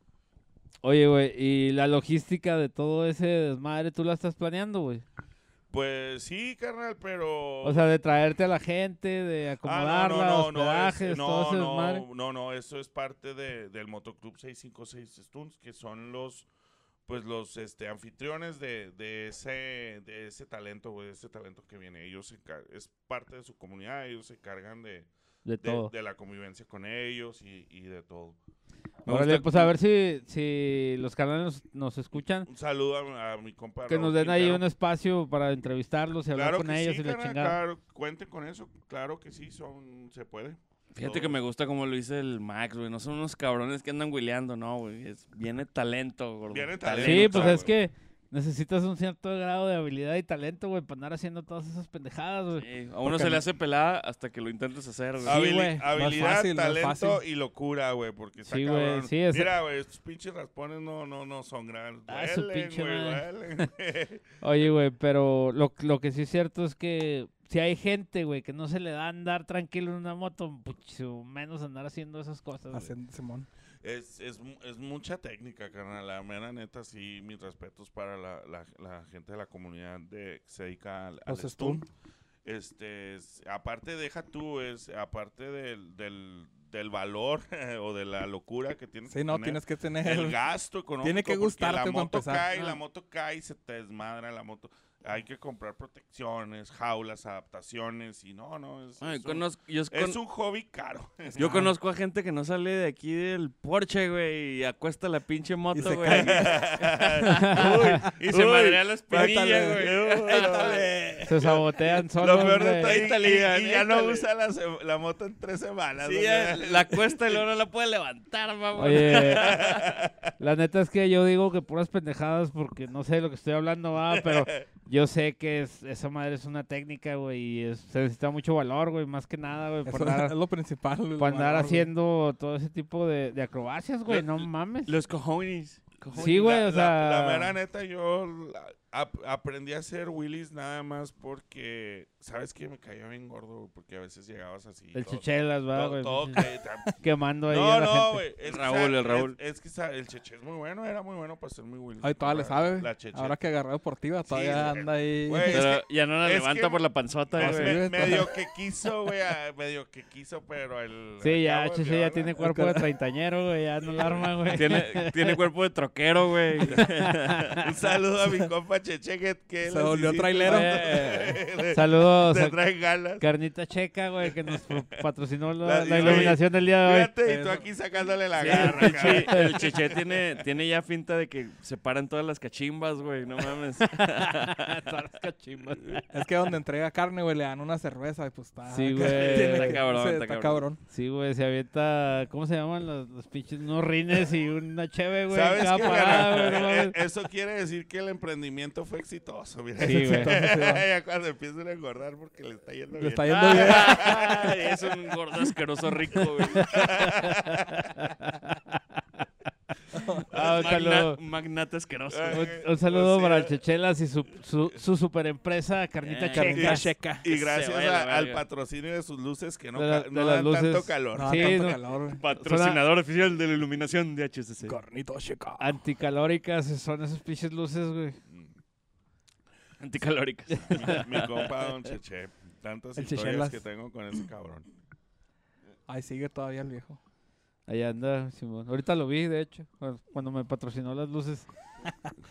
Speaker 1: Oye, güey, y la logística de todo ese desmadre, ¿tú la estás planeando, güey?
Speaker 4: Pues sí, carnal, pero...
Speaker 1: O sea, de traerte a la gente, de acomodarla,
Speaker 4: Ah,
Speaker 1: hospedajes,
Speaker 4: es-
Speaker 1: todo ese desmadre.
Speaker 4: no, no, no, eso es parte de, del Motoclub 656 Stunts, que son los pues los este anfitriones de, de ese de ese talento, güey, de ese talento que viene. Ellos se encar- es parte de su comunidad, ellos se encargan de,
Speaker 1: de
Speaker 4: de-
Speaker 1: todo.
Speaker 4: de la convivencia con ellos y, y de todo.
Speaker 2: Me
Speaker 1: Órale,
Speaker 2: gusta-
Speaker 1: pues a ver si, si los canales nos escuchan,
Speaker 4: Un saludo a, a mi compa
Speaker 1: que nos
Speaker 4: Raúl
Speaker 1: den ahí
Speaker 4: Quintero.
Speaker 1: un espacio para entrevistarlos y hablar
Speaker 4: Claro
Speaker 1: con
Speaker 4: que
Speaker 1: ellos
Speaker 4: sí,
Speaker 1: y la
Speaker 4: carnal,
Speaker 1: chingada.
Speaker 4: claro, cuenten con eso, claro que sí, son, se puede.
Speaker 2: Fíjate que me gusta como lo dice el Max, güey. No son unos cabrones que andan huileando, no, güey. Es- viene talento, gordo.
Speaker 4: Viene
Speaker 1: Sí,
Speaker 4: Talento,
Speaker 1: pues
Speaker 4: güey.
Speaker 1: es que necesitas un cierto grado de habilidad y talento, güey, para andar haciendo todas esas pendejadas, güey.
Speaker 2: Sí, A uno se le hace pelada hasta que lo intentes hacer, güey.
Speaker 1: Ah,
Speaker 4: Habili-
Speaker 1: güey, más
Speaker 4: habilidad,
Speaker 3: fácil, más
Speaker 4: talento
Speaker 3: fácil.
Speaker 4: y locura, güey, porque está
Speaker 1: Sí, güey,
Speaker 4: cabrón.
Speaker 1: sí, es-
Speaker 4: Mira, güey, estos pinches raspones no, no, no son grandes.
Speaker 1: Ah, su
Speaker 4: Duelen,
Speaker 1: pinche
Speaker 4: güey,
Speaker 1: madre.
Speaker 4: duelen, güey.
Speaker 1: Oye, güey, pero lo, lo que sí es cierto es que si hay gente, güey, que no se le da andar tranquilo en una moto, mucho menos andar haciendo esas cosas. güey.
Speaker 3: Hacen- Simón.
Speaker 4: es, es, mu- es mucha técnica, carnal. La mera neta, sí, mis respetos para la, la- la gente de la comunidad de, que se dedica al, al
Speaker 3: Los
Speaker 4: stunt.
Speaker 3: stunt.
Speaker 4: este es- aparte deja tú es aparte del, del, del valor o de la locura que tienes
Speaker 3: Sí, no,
Speaker 4: que tener,
Speaker 3: tienes que tener.
Speaker 4: el gasto económico
Speaker 3: Tiene que
Speaker 4: porque
Speaker 3: gustarte
Speaker 4: la
Speaker 3: para
Speaker 4: moto
Speaker 3: empezar.
Speaker 4: cae
Speaker 3: Ah.
Speaker 4: la moto cae y se te desmadra la moto hay que comprar protecciones jaulas adaptaciones y no no es,
Speaker 2: Ay,
Speaker 4: es un,
Speaker 2: conozco- yo,
Speaker 4: es
Speaker 2: con-
Speaker 4: un hobby caro
Speaker 2: yo conozco a gente que no sale de aquí del Porsche, güey, y acuesta la pinche moto,
Speaker 3: Y se
Speaker 2: güey.
Speaker 3: cae.
Speaker 4: y se
Speaker 2: uy,
Speaker 4: madrea la
Speaker 3: cuéntale,
Speaker 4: espinilla güey Uy,
Speaker 1: Se sabotean solo.
Speaker 4: lo peor
Speaker 1: güey.
Speaker 4: de todo y-
Speaker 2: Éntale,
Speaker 4: y, y ya no
Speaker 2: éntale.
Speaker 4: usa la, se- la moto en tres semanas
Speaker 2: Sí,
Speaker 4: o
Speaker 2: ya
Speaker 4: sea,
Speaker 2: la cuesta y luego no la puede levantar, mamá.
Speaker 1: Oye, la neta es que yo digo que puras pendejadas porque no sé de lo que estoy hablando, va, pero yo sé que es- esa madre es una técnica, güey, y es- se necesita mucho valor, güey, más que nada, güey,
Speaker 3: Eso
Speaker 1: para andar,
Speaker 3: es lo principal. el
Speaker 1: para andar
Speaker 3: valor, güey.
Speaker 1: haciendo todo ese tipo de, de acrobacias, güey,
Speaker 2: Lo-
Speaker 1: no mames.
Speaker 2: Los cojones. cojones.
Speaker 1: Sí, güey, o
Speaker 4: La-
Speaker 1: sea,
Speaker 4: La, la mera neta, yo la- ap- aprendí a hacer Willis nada más porque, ¿sabes qué? Me caía bien gordo, güey, porque a veces llegabas así.
Speaker 1: el
Speaker 4: todo-
Speaker 1: chuchelas, va,
Speaker 4: todo-
Speaker 1: güey,
Speaker 4: todo
Speaker 1: pinche-
Speaker 4: que- tam-
Speaker 1: quemando ahí a
Speaker 4: No,
Speaker 1: la
Speaker 4: no,
Speaker 1: gente.
Speaker 4: güey. es que
Speaker 2: Raúl,
Speaker 4: sa-
Speaker 2: el
Speaker 4: es-
Speaker 2: Raúl.
Speaker 4: Es, que sa- el cheche es muy bueno, era muy bueno para hacer muy Willis.
Speaker 3: Ay, todavía le
Speaker 4: La-
Speaker 3: sabe.
Speaker 4: La cheche.
Speaker 3: Ahora que agarró deportiva, todavía
Speaker 4: güey.
Speaker 3: anda ahí.
Speaker 4: Güey,
Speaker 2: Pero
Speaker 4: es
Speaker 2: ya no la
Speaker 4: es
Speaker 2: levanta
Speaker 4: que-
Speaker 2: por la panzota,
Speaker 4: Me-
Speaker 3: sí,
Speaker 2: güey.
Speaker 4: me-
Speaker 3: güey,
Speaker 4: medio que quiso, güey, a- medio que quiso, pero el...
Speaker 1: Sí, ya,
Speaker 4: acabo de
Speaker 1: Cheche ya
Speaker 4: llevarla.
Speaker 1: tiene cuerpo de treintañero, güey, ya no la arma, güey.
Speaker 2: Tiene, tiene cuerpo de troquero, güey.
Speaker 4: Un saludo a mi compa Cheche que... que
Speaker 3: Se
Speaker 4: las
Speaker 3: volvió
Speaker 4: hiciste,
Speaker 3: trailero.
Speaker 1: Oye,
Speaker 4: güey.
Speaker 1: Eh, Saludos
Speaker 4: Te
Speaker 1: a
Speaker 4: traen ganas.
Speaker 1: Carnita Checa, güey, que nos patrocinó la,
Speaker 4: La-
Speaker 1: la
Speaker 4: y-
Speaker 1: iluminación del día de hoy.
Speaker 4: Fíjate, y tú
Speaker 3: Eso.
Speaker 4: aquí sacándole la
Speaker 2: Sí,
Speaker 4: garra.
Speaker 2: el,
Speaker 4: cabrón.
Speaker 2: cheche, el Cheche tiene, tiene ya finta de que se paran todas las cachimbas, güey. No mames.
Speaker 1: Todas las cachimbas.
Speaker 3: Es que donde entrega carne, güey, le dan una cerveza y pues está.
Speaker 1: Sí, güey.
Speaker 3: tiene
Speaker 1: Está
Speaker 3: que-
Speaker 2: cabrón,
Speaker 3: sí,
Speaker 2: está
Speaker 3: está
Speaker 2: cabrón.
Speaker 3: cabrón.
Speaker 1: Sí, güey, se avienta, ¿cómo se llaman los, los pinches? Unos rines y una cheve, güey. en
Speaker 4: ¿Sabes
Speaker 1: cada
Speaker 4: qué,
Speaker 1: parada,
Speaker 4: carnal?
Speaker 1: güey, no mames.
Speaker 4: Eh, Eso quiere decir que el emprendimiento fue exitoso. Mira.
Speaker 1: Sí, güey.
Speaker 4: ya cuando empieza una engordar porque le está yendo
Speaker 3: Le
Speaker 4: bien.
Speaker 3: está yendo bien.
Speaker 2: Ah, es un gordo asqueroso rico, güey.
Speaker 1: Ah, un
Speaker 2: Magna-
Speaker 1: saludo.
Speaker 2: magnate asqueroso.
Speaker 4: Ah,
Speaker 1: Un, un saludo
Speaker 4: O sea-
Speaker 1: para el Chechelas y su, su, su superempresa Carnita
Speaker 2: Eh,
Speaker 1: Checa.
Speaker 3: Carnita checa.
Speaker 4: Y
Speaker 2: Se
Speaker 4: gracias
Speaker 2: vaya la
Speaker 4: a- al
Speaker 2: verga.
Speaker 4: patrocinio de sus luces que no,
Speaker 1: De la-
Speaker 4: ca-
Speaker 1: de
Speaker 4: no
Speaker 1: las
Speaker 4: dan tanto
Speaker 1: luces.
Speaker 4: calor.
Speaker 3: No,
Speaker 1: Sí,
Speaker 3: tanto
Speaker 1: no.
Speaker 3: calor. güey.
Speaker 2: Patrocinador oficial de la iluminación de HSC.
Speaker 3: Carnita checa.
Speaker 1: Anticalóricas son esas pinches luces, güey.
Speaker 2: Anticalóricas.
Speaker 4: Mi compa Don Cheche. Tantas
Speaker 3: El
Speaker 4: historias
Speaker 3: Chechelas.
Speaker 4: que tengo con ese cabrón.
Speaker 3: Ahí sigue todavía el viejo.
Speaker 1: Ahí anda, Simón. Ahorita lo vi, de hecho, cu- cuando me patrocinó las luces.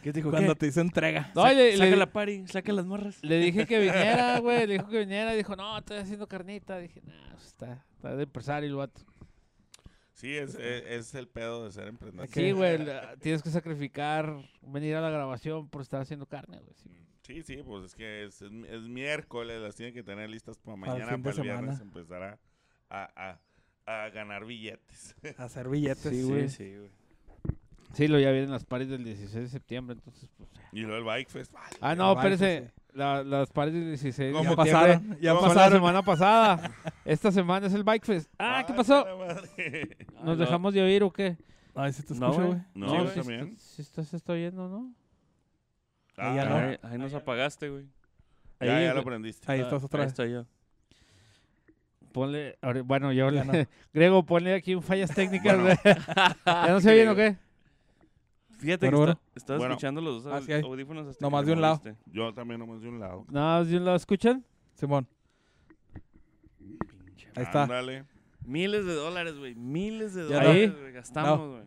Speaker 2: ¿Qué te dijo?
Speaker 3: Cuando te hice entrega.
Speaker 1: No, le,
Speaker 2: saca
Speaker 1: le-
Speaker 2: la party, saca las morras.
Speaker 1: le dije que viniera, güey. Le dijo que viniera. Dijo, no, estoy haciendo carnita. Dije, no, pues, está, está de empresario el vato.
Speaker 4: Sí, es, es, es el pedo de ser emprendedor.
Speaker 1: Sí, güey, la- tienes que sacrificar venir a la grabación por estar haciendo carne, güey. sí.
Speaker 4: Sí, sí, pues es que es, es mi- es miércoles, las tienen que tener listas para
Speaker 3: Para el
Speaker 4: mañana,
Speaker 3: fin de
Speaker 4: para el viernes
Speaker 3: semana.
Speaker 4: empezar a, a- a- a ganar billetes.
Speaker 3: Hacer billetes.
Speaker 1: Sí, güey.
Speaker 2: sí, güey.
Speaker 1: Sí, lo ya vienen las pares del 16 de septiembre, entonces, pues.
Speaker 4: Y luego el Bike Fest. vale.
Speaker 1: Ah, no,
Speaker 3: Vale,
Speaker 1: espérese. la- las pares del 16 de
Speaker 4: ¿Cómo
Speaker 3: Ya
Speaker 1: septiembre
Speaker 3: pasaron. Ya
Speaker 4: No,
Speaker 1: son la
Speaker 3: pasaron.
Speaker 1: semana pasada. Esta semana es el Bike Fest. Ah, ¿qué
Speaker 4: Ay,
Speaker 1: pasó?
Speaker 4: la madre.
Speaker 2: Ah,
Speaker 1: ¿Nos
Speaker 2: no.
Speaker 1: dejamos de oír o qué?
Speaker 3: Ay, sí te
Speaker 2: No,
Speaker 3: escucho,
Speaker 2: güey.
Speaker 3: güey.
Speaker 4: No,
Speaker 2: Sí,
Speaker 4: yo
Speaker 2: güey.
Speaker 4: también.
Speaker 1: Si esto se está oyendo, ¿no?
Speaker 4: Ah,
Speaker 3: ya no.
Speaker 4: ya,
Speaker 2: Ahí, ahí nos apagaste, güey. Ah,
Speaker 4: ya,
Speaker 1: Ahí,
Speaker 4: ya lo
Speaker 1: güey.
Speaker 4: aprendiste.
Speaker 3: Ahí estás otra
Speaker 2: Ahí
Speaker 3: vez.
Speaker 2: estoy yo.
Speaker 1: Ponle, ahora- bueno, yo
Speaker 3: Ya no.
Speaker 1: Grego, ponle aquí un fallas técnicas.
Speaker 4: Bueno.
Speaker 1: güey. ¿Ya no se oyen o qué?
Speaker 2: Fíjate
Speaker 3: Bueno,
Speaker 2: que
Speaker 3: bueno.
Speaker 2: está- estás
Speaker 4: Bueno.
Speaker 2: escuchando los dos
Speaker 3: Ah, sí hay.
Speaker 2: audífonos hasta
Speaker 3: Nomás
Speaker 2: que
Speaker 3: de
Speaker 2: me
Speaker 3: un lado.
Speaker 2: moviste.
Speaker 4: Yo también nomás de un lado.
Speaker 1: Nada, ¿sí ¿lo escuchan?
Speaker 3: Simón. Ahí está.
Speaker 4: Ándale.
Speaker 2: Miles de dólares, güey. Miles de
Speaker 3: Ya
Speaker 1: no.
Speaker 2: dólares güey, gastamos,
Speaker 3: No.
Speaker 2: güey.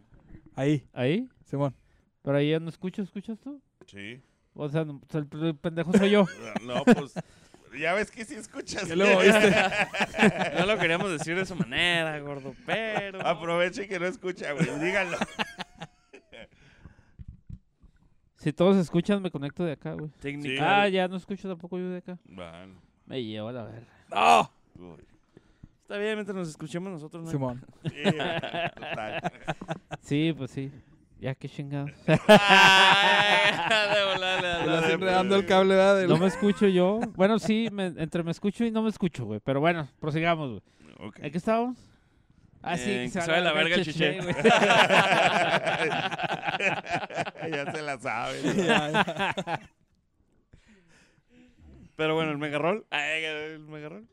Speaker 3: Ahí.
Speaker 1: Ahí.
Speaker 3: Simón.
Speaker 1: Pero ahí ya no escucho, ¿escuchas tú?
Speaker 4: Sí.
Speaker 1: O sea, no- pues, el p- pendejo soy yo.
Speaker 4: No, pues. ya ves que sí escuchas.
Speaker 3: Ya lo oíste.
Speaker 2: No lo queríamos decir de esa manera, gordo, pero.
Speaker 4: Aproveche que no escucha, güey. Díganlo.
Speaker 1: Si todos escuchan, me conecto de acá, güey.
Speaker 4: Sí.
Speaker 2: Técnica.
Speaker 1: Ah, ya no escucho tampoco yo de acá.
Speaker 4: Bueno.
Speaker 1: Me lleva la verga.
Speaker 3: ¡No!
Speaker 4: uy.
Speaker 2: Está bien, mientras nos escuchemos nosotros, ¿no?
Speaker 3: Simón.
Speaker 4: Sí, total.
Speaker 1: Sí, pues sí. Ya, qué chingados.
Speaker 2: Ay, de volada, de
Speaker 3: Estás
Speaker 2: volada.
Speaker 3: enredando el cable, ¿verdad? Del-
Speaker 1: No me escucho yo. Bueno, sí, me- entre me escucho y no me escucho, güey. Pero bueno, prosigamos, güey.
Speaker 4: Ok.
Speaker 1: ¿En qué estábamos? Ah, sí,
Speaker 2: Eh,
Speaker 1: que
Speaker 2: que
Speaker 1: se
Speaker 2: sabe
Speaker 1: va
Speaker 2: la verga el chiché.
Speaker 1: güey.
Speaker 4: ya se la sabe. ¿no?
Speaker 3: Ya, ya.
Speaker 2: Pero bueno, el megarrol. Ay, el megarrol.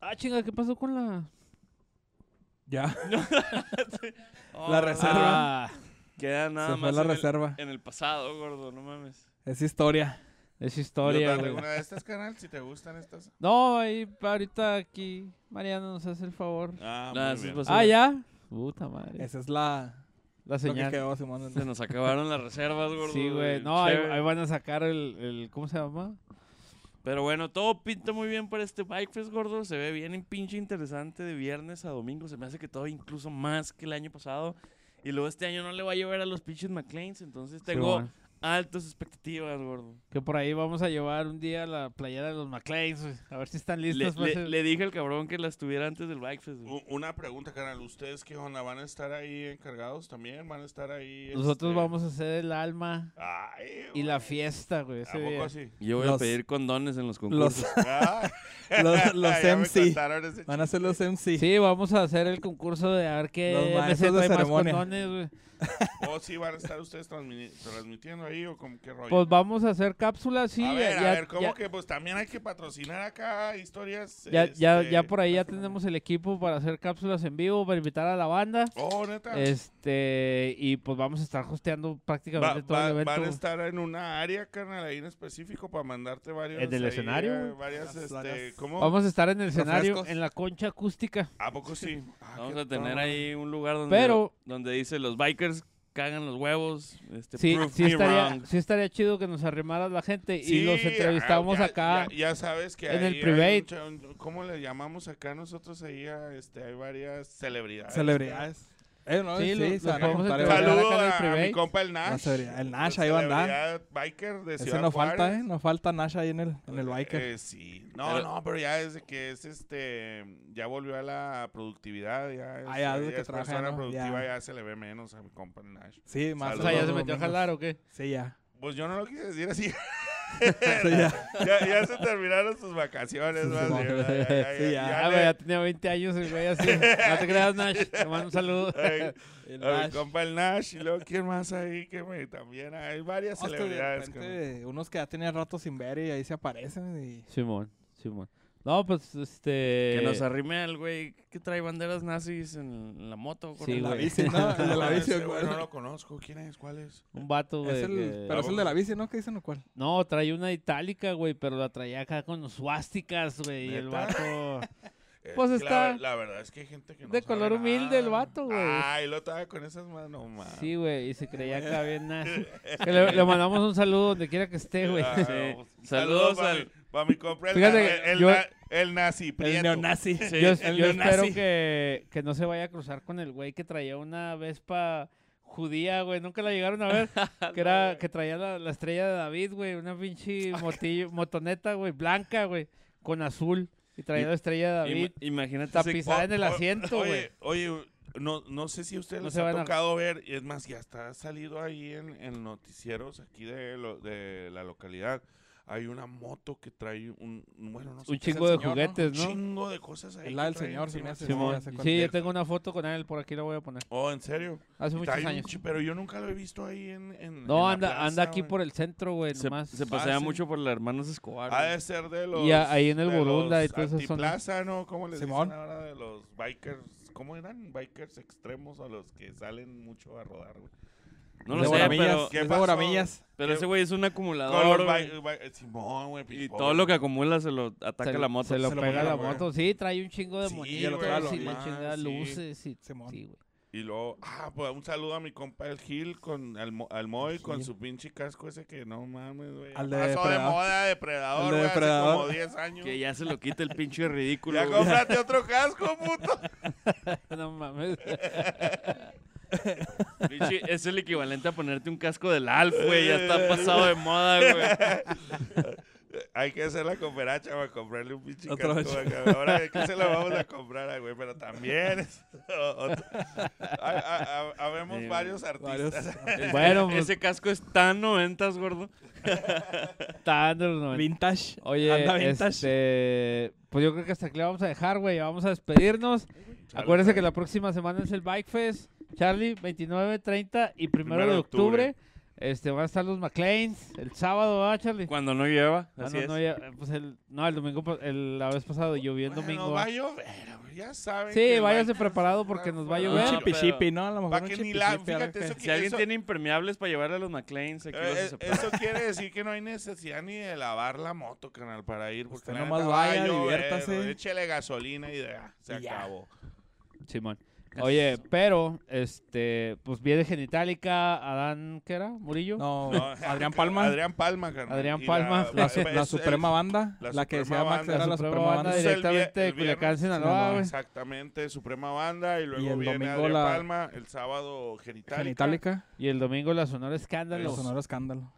Speaker 1: Ah, chinga, ¿qué pasó con la...?
Speaker 3: Ya.
Speaker 2: Oh,
Speaker 3: reserva.
Speaker 1: Ah,
Speaker 2: Queda nada
Speaker 3: Se fue
Speaker 2: más.
Speaker 3: la
Speaker 2: en el-
Speaker 3: reserva.
Speaker 2: en el pasado, gordo, no mames.
Speaker 3: Es historia.
Speaker 1: es
Speaker 4: Yo
Speaker 1: historia,
Speaker 4: te traigo
Speaker 1: güey.
Speaker 4: una de estas, canal, si te gustan estas.
Speaker 1: No, ahí ahorita aquí Mariana nos hace el favor.
Speaker 4: Ah,
Speaker 2: Ah,
Speaker 4: muy
Speaker 2: esas
Speaker 4: bien.
Speaker 2: pues-
Speaker 1: Ah, ¿ya? Puta madre.
Speaker 3: Esa es la.
Speaker 1: La
Speaker 3: Lo que
Speaker 1: señal.
Speaker 3: quedó, Simón.
Speaker 2: Se nos acabaron las reservas, gordo.
Speaker 1: Sí, güey.
Speaker 2: del
Speaker 1: No, ahí,
Speaker 2: Cheve.
Speaker 1: ahí van a sacar el, el- ¿Cómo se llama?
Speaker 2: Pero bueno, todo pinta muy bien para este Bike Fest, gordo. Se ve bien en pinche interesante de viernes a domingo. Se me hace que todo incluso más que el año pasado. Y luego este año no le va a llover a los pinches McLeans. Entonces tengo
Speaker 1: Simón.
Speaker 2: altas expectativas, gordo.
Speaker 1: Que por ahí vamos a llevar un día la playera de los McLeans, güey. A ver si están
Speaker 2: Le,
Speaker 1: listos. para
Speaker 2: le-
Speaker 1: ese-
Speaker 2: le dije al cabrón que las tuviera antes del Bike Fest. güey.
Speaker 4: U- Una pregunta, canal. ¿Ustedes qué onda? ¿Van a estar ahí encargados también? ¿Van a estar ahí?
Speaker 1: Nosotros
Speaker 4: este,
Speaker 1: vamos a hacer el alma
Speaker 4: Ay,
Speaker 1: y la
Speaker 4: güey.
Speaker 1: fiesta, güey.
Speaker 4: ¿A
Speaker 1: Ese
Speaker 4: poco
Speaker 1: día.
Speaker 4: sí?
Speaker 2: Yo voy
Speaker 3: Los-
Speaker 2: a pedir condones en los concursos.
Speaker 3: Los,
Speaker 4: Ah,
Speaker 3: los, los
Speaker 4: ya me
Speaker 3: MC.
Speaker 4: contaron ese
Speaker 3: Van a ser los MC.
Speaker 1: Sí, vamos a hacer el concurso de a ver qué
Speaker 3: Los
Speaker 1: MZ
Speaker 3: maestros de
Speaker 1: hay más
Speaker 3: ceremonia.
Speaker 1: condones, güey.
Speaker 4: chiste. ¿O Oh, sí van a estar ustedes transmini- transmitiendo ahí o como qué rollo?
Speaker 1: Pues vamos a hacer cápsulas, sí.
Speaker 4: a ver,
Speaker 1: ya,
Speaker 4: a
Speaker 1: ya-
Speaker 4: ver, ¿cómo
Speaker 1: ya-
Speaker 4: que? Pues también hay que patrocinar acá historias.
Speaker 1: ya- ya-
Speaker 4: este,
Speaker 1: ya por ahí ya tenemos el equipo para hacer cápsulas en vivo, para invitar a la banda.
Speaker 4: Oh, neta.
Speaker 1: Este, y pues vamos a estar hosteando prácticamente
Speaker 4: Va-
Speaker 1: todo
Speaker 4: va-
Speaker 1: el evento.
Speaker 4: van a
Speaker 1: güey.
Speaker 4: estar en una área, carnal, ahí en específico para mandarte varios.
Speaker 1: ¿En el
Speaker 4: ahí,
Speaker 1: escenario?
Speaker 4: eh, varias,
Speaker 3: Las
Speaker 4: este,
Speaker 3: varias-
Speaker 4: ¿cómo?
Speaker 1: Vamos a estar en el escenario,
Speaker 3: Refrescos.
Speaker 1: en la concha acústica.
Speaker 4: ¿A poco sí? Ah,
Speaker 2: Vamos
Speaker 4: qué
Speaker 2: a tener
Speaker 4: tal.
Speaker 2: ahí un lugar donde,
Speaker 1: Pero-
Speaker 2: donde dice los bikers cagan los huevos. Este,
Speaker 1: Sí,
Speaker 2: prove
Speaker 1: sí
Speaker 2: me
Speaker 1: estaría,
Speaker 2: wrong.
Speaker 1: sí estaría chido que nos arrimara la gente y
Speaker 4: Sí,
Speaker 1: los entrevistamos
Speaker 4: ah, ya-
Speaker 1: acá.
Speaker 4: Ya, ya sabes que
Speaker 1: en el
Speaker 4: ahí hay
Speaker 1: private.
Speaker 4: un cha- un- ¿Cómo le llamamos acá nosotros ahí a, este, hay varias celebridades?
Speaker 3: Celebridades. Eh, no,
Speaker 1: Sí,
Speaker 3: sí,
Speaker 1: lo-
Speaker 3: se
Speaker 1: lo
Speaker 3: van a
Speaker 1: podemos
Speaker 3: juntar
Speaker 1: entrevistar.
Speaker 3: varias-
Speaker 4: Saludo
Speaker 1: acá en el
Speaker 4: a, a mi
Speaker 1: private.
Speaker 4: compa el Nash.
Speaker 3: La celebridad- el Nash,
Speaker 4: La
Speaker 3: ahí va a andar.
Speaker 4: celebridad biker de
Speaker 3: Ese
Speaker 4: Ciudad
Speaker 3: no falta,
Speaker 4: Juárez.
Speaker 3: ¿eh? No falta Nash ahí en el, en el biker.
Speaker 4: Eh, sí. No,
Speaker 2: Pero-
Speaker 4: no, pero ya desde que es este, ya volvió a la productividad, ya es,
Speaker 3: Ah, ya, desde que
Speaker 4: es
Speaker 3: trabaja,
Speaker 4: persona
Speaker 3: ¿no?
Speaker 4: productiva, ya.
Speaker 3: Ya.
Speaker 4: se le ve menos a mi compa el Nash.
Speaker 3: Sí, más.
Speaker 1: O sea, ya
Speaker 3: los
Speaker 1: se metió a
Speaker 3: domingos.
Speaker 1: jalar o qué.
Speaker 3: Sí, ya.
Speaker 4: Pues yo no lo quise decir así.
Speaker 3: Sí, ya.
Speaker 4: ya, ya se terminaron sus vacaciones, más
Speaker 3: Sí,
Speaker 4: bien, ya, ya, ya,
Speaker 3: sí,
Speaker 4: ya,
Speaker 1: Ah,
Speaker 4: le-
Speaker 1: güey, ya tenía 20 años el güey así. No te creas, Nash. Te mando un saludo.
Speaker 4: Ay,
Speaker 3: El
Speaker 4: a mi
Speaker 3: Nash.
Speaker 4: compa el Nash y luego quién más ahí que me también hay varias
Speaker 3: No, es que de
Speaker 4: celebridades que-
Speaker 3: repente, unos que ya tenían rato sin ver y ahí se aparecen y
Speaker 1: Simón, Simón. No, pues este.
Speaker 2: Que nos arrime al güey que trae banderas nazis en la moto.
Speaker 1: Sí,
Speaker 2: el-
Speaker 3: la
Speaker 1: güey.
Speaker 3: bici, ¿no? El de la bici,
Speaker 4: Ese güey
Speaker 3: güey.
Speaker 4: no lo conozco, ¿quién es? ¿Cuál es?
Speaker 1: Un vato, güey.
Speaker 3: Es el-
Speaker 1: que-
Speaker 3: pero es el de la bici, ¿no? ¿Qué dicen o cuál?
Speaker 1: No, traía una itálica, güey, pero la traía acá con suásticas, güey. Y el
Speaker 4: ¿Neta?
Speaker 1: vato.
Speaker 4: Eh,
Speaker 1: Pues
Speaker 4: que la
Speaker 1: está
Speaker 4: ver- La, verdad es que hay gente que no
Speaker 1: de
Speaker 4: sabe
Speaker 1: color
Speaker 4: nada.
Speaker 1: humilde el vato, güey.
Speaker 4: Ay, lo estaba con esas manos, man.
Speaker 1: Sí, güey, y se creía acá bien nazi. Que le, le mandamos un saludo donde quiera que esté, güey.
Speaker 4: Ah,
Speaker 2: Sí.
Speaker 4: Saludos
Speaker 2: Saludos
Speaker 4: para
Speaker 2: al-
Speaker 4: mi, pa' mi compa el,
Speaker 1: Fíjate
Speaker 4: na-
Speaker 1: que
Speaker 4: el
Speaker 1: yo-
Speaker 4: na- el nazi prieto.
Speaker 3: El neonazi.
Speaker 1: yo
Speaker 3: el
Speaker 1: yo espero
Speaker 3: neonazi.
Speaker 1: que, que no se vaya a cruzar con el güey que traía una Vespa judía, güey. Nunca la llegaron a ver. Que era que traía la, la estrella de David, güey. Una pinche motillo, motoneta, güey, blanca, güey, con azul. Y traía
Speaker 2: Y-
Speaker 1: la estrella de David.
Speaker 2: Ima- imagínate ese-
Speaker 1: Tapizada en el
Speaker 4: O- o-
Speaker 1: asiento, güey.
Speaker 4: Oye, oye, no, no sé si a ustedes
Speaker 1: No
Speaker 4: les
Speaker 1: se
Speaker 4: ha
Speaker 1: van a-
Speaker 4: tocado ver, y es más, ya está salido ahí en, en noticieros aquí de, lo- de la localidad. Hay una moto que trae un, bueno, no sé
Speaker 1: Un
Speaker 4: qué es
Speaker 1: chingo
Speaker 4: el
Speaker 1: de
Speaker 4: señor, ¿no?
Speaker 1: juguetes,
Speaker 4: Un
Speaker 1: ¿no?
Speaker 4: chingo de cosas ahí.
Speaker 3: Es la
Speaker 4: que
Speaker 3: del
Speaker 4: trae
Speaker 3: señor, se me
Speaker 4: encima.
Speaker 3: hace.
Speaker 1: Simón.
Speaker 3: ya sé cuál
Speaker 1: Sí, yo
Speaker 3: es.
Speaker 1: tengo una foto con él, por aquí la voy a poner.
Speaker 4: Oh, ¿en serio?
Speaker 1: Hace
Speaker 4: Y
Speaker 1: muchos
Speaker 4: trae un
Speaker 1: años.
Speaker 4: chi- pero yo nunca lo he visto ahí en, en- en
Speaker 1: No,
Speaker 4: la
Speaker 1: anda,
Speaker 4: plaza,
Speaker 1: anda aquí
Speaker 4: güey.
Speaker 1: por el centro, güey,
Speaker 2: se,
Speaker 1: nomás.
Speaker 2: se pasea
Speaker 4: Ah, sí. Ah,
Speaker 2: mucho por los hermanos Escobar.
Speaker 4: Ha
Speaker 2: güey.
Speaker 4: de ser de los...
Speaker 1: Y a- ahí en el
Speaker 4: de los
Speaker 1: Borunda y todas esas zonas.
Speaker 4: antiplaza, ¿no? ¿Cómo les
Speaker 3: Simón.
Speaker 4: dicen ahora de los bikers? ¿Cómo eran? Bikers extremos a los que salen mucho a rodar, güey.
Speaker 2: No lo
Speaker 3: Es de
Speaker 2: sé,
Speaker 3: Boramillas,
Speaker 2: pero,
Speaker 4: ¿Qué
Speaker 3: es de
Speaker 4: pasó?
Speaker 3: Boramillas.
Speaker 2: pero ese güey es un
Speaker 4: Con los
Speaker 2: acumulador. güey.
Speaker 4: bi- bi- Simón, güey.
Speaker 2: Y
Speaker 4: pobre.
Speaker 2: todo lo que acumula se lo ataca
Speaker 1: Se-
Speaker 2: la moto.
Speaker 1: Se lo
Speaker 3: Se lo
Speaker 1: pega
Speaker 3: pone
Speaker 1: la
Speaker 3: la
Speaker 1: moto. Sí, trae un chingo de
Speaker 4: Sí,
Speaker 1: monitos
Speaker 3: lo trae lo
Speaker 1: y la
Speaker 4: más,
Speaker 1: chingada
Speaker 4: sí.
Speaker 1: luces. Y,
Speaker 3: Simón.
Speaker 1: sí, güey.
Speaker 4: Y luego, ah, pues un saludo a mi compa el Gil, con, al, Mo- al Moy, con
Speaker 3: Gil.
Speaker 4: su pinche casco ese que no mames, güey.
Speaker 3: Al de
Speaker 4: Pasó de
Speaker 3: depredador.
Speaker 4: moda, depredador,
Speaker 3: Al de
Speaker 4: güey, hace
Speaker 3: depredador.
Speaker 4: como 10 años.
Speaker 2: Que ya se lo quita el pinche ridículo.
Speaker 4: Ya
Speaker 2: güey.
Speaker 4: cómprate otro casco, puto.
Speaker 1: No mames.
Speaker 2: Pinche- es el equivalente a ponerte un casco del Alf, güey. Ya está pasado de moda, güey.
Speaker 4: Hay que hacer la cooperacha para comprarle un pinche
Speaker 3: Otra
Speaker 4: casco.
Speaker 3: vez.
Speaker 4: acá. Ahora que se lo vamos a comprar al güey, pero también. es- o- otro- Ha- ha- ha- Habemos
Speaker 2: Sí,
Speaker 4: varios
Speaker 3: Varios.
Speaker 4: artistas.
Speaker 1: Bueno, pues,
Speaker 2: Ese casco es tan noventas, gordo.
Speaker 1: está en los noventa.
Speaker 3: Vintage. Anda
Speaker 1: Oye,
Speaker 3: vintage.
Speaker 1: este, pues yo creo que hasta aquí la vamos a dejar, güey. ya Vamos a despedirnos. Acuérdense que la próxima semana es el Bike Fest. Charlie, 29, 30 y 1 de octubre. Este, van a estar los McLeans el sábado, ¿verdad, Charlie?
Speaker 2: Cuando no lleva.
Speaker 1: Ah,
Speaker 2: Así
Speaker 1: no, no,
Speaker 2: es.
Speaker 1: ya, pues el, no, el domingo, pa- el- la vez pasada llovió el
Speaker 4: Bueno,
Speaker 1: domingo.
Speaker 4: va a llover, güey, ya saben.
Speaker 1: Sí,
Speaker 4: que el
Speaker 1: váyase
Speaker 4: Vikings
Speaker 1: preparado
Speaker 4: está
Speaker 1: porque nos va a
Speaker 4: fuera.
Speaker 3: Un
Speaker 1: llover.
Speaker 2: pero-
Speaker 3: chipi-chipi, ¿no? A lo
Speaker 4: Pa'
Speaker 3: mejor un
Speaker 4: que ni la-
Speaker 3: chipi-chipi, algo
Speaker 4: fíjate,
Speaker 3: que-
Speaker 4: eso que-
Speaker 2: Si alguien
Speaker 4: eso-
Speaker 2: tiene impermeables para llevarle a los McLean's, aquí los
Speaker 4: Eh, eh,
Speaker 2: aceptamos.
Speaker 4: eso quiere decir que no hay necesidad ni de lavar la moto, canal, para ir. Porque
Speaker 3: Usted
Speaker 4: la
Speaker 3: nomás
Speaker 4: neta va a
Speaker 3: vaya,
Speaker 4: llover,
Speaker 3: diviértase.
Speaker 4: güey, Échele gasolina y ya, se
Speaker 3: Y ya.
Speaker 4: acabó.
Speaker 1: Simón. Oye, pero, este, pues viene Genitalica, Adán, ¿qué era? Murillo.
Speaker 3: No,
Speaker 4: No,
Speaker 3: Adrián Palma.
Speaker 4: Adrián Palma, carnal.
Speaker 1: Adrián
Speaker 4: Y
Speaker 1: Palma,
Speaker 3: La,
Speaker 1: eh,
Speaker 3: su-
Speaker 4: es-
Speaker 3: la
Speaker 4: es-
Speaker 3: Suprema Banda.
Speaker 4: la
Speaker 3: La que
Speaker 4: Suprema
Speaker 3: decía Max
Speaker 4: Banda.
Speaker 3: era la Suprema Banda.
Speaker 4: Entonces, el
Speaker 1: directamente
Speaker 4: vie-
Speaker 1: de
Speaker 4: el
Speaker 1: Culiacán,
Speaker 4: viernes,
Speaker 1: Sinaloa, güey.
Speaker 4: Exactamente, Suprema Banda y luego
Speaker 3: el
Speaker 4: viene
Speaker 3: domingo
Speaker 4: Adrián
Speaker 3: la-
Speaker 4: Palma, el sábado Genitalica.
Speaker 3: Genitalica.
Speaker 1: Y el domingo la Sonora
Speaker 3: El
Speaker 1: Escándalo.
Speaker 3: sonoro escándalo.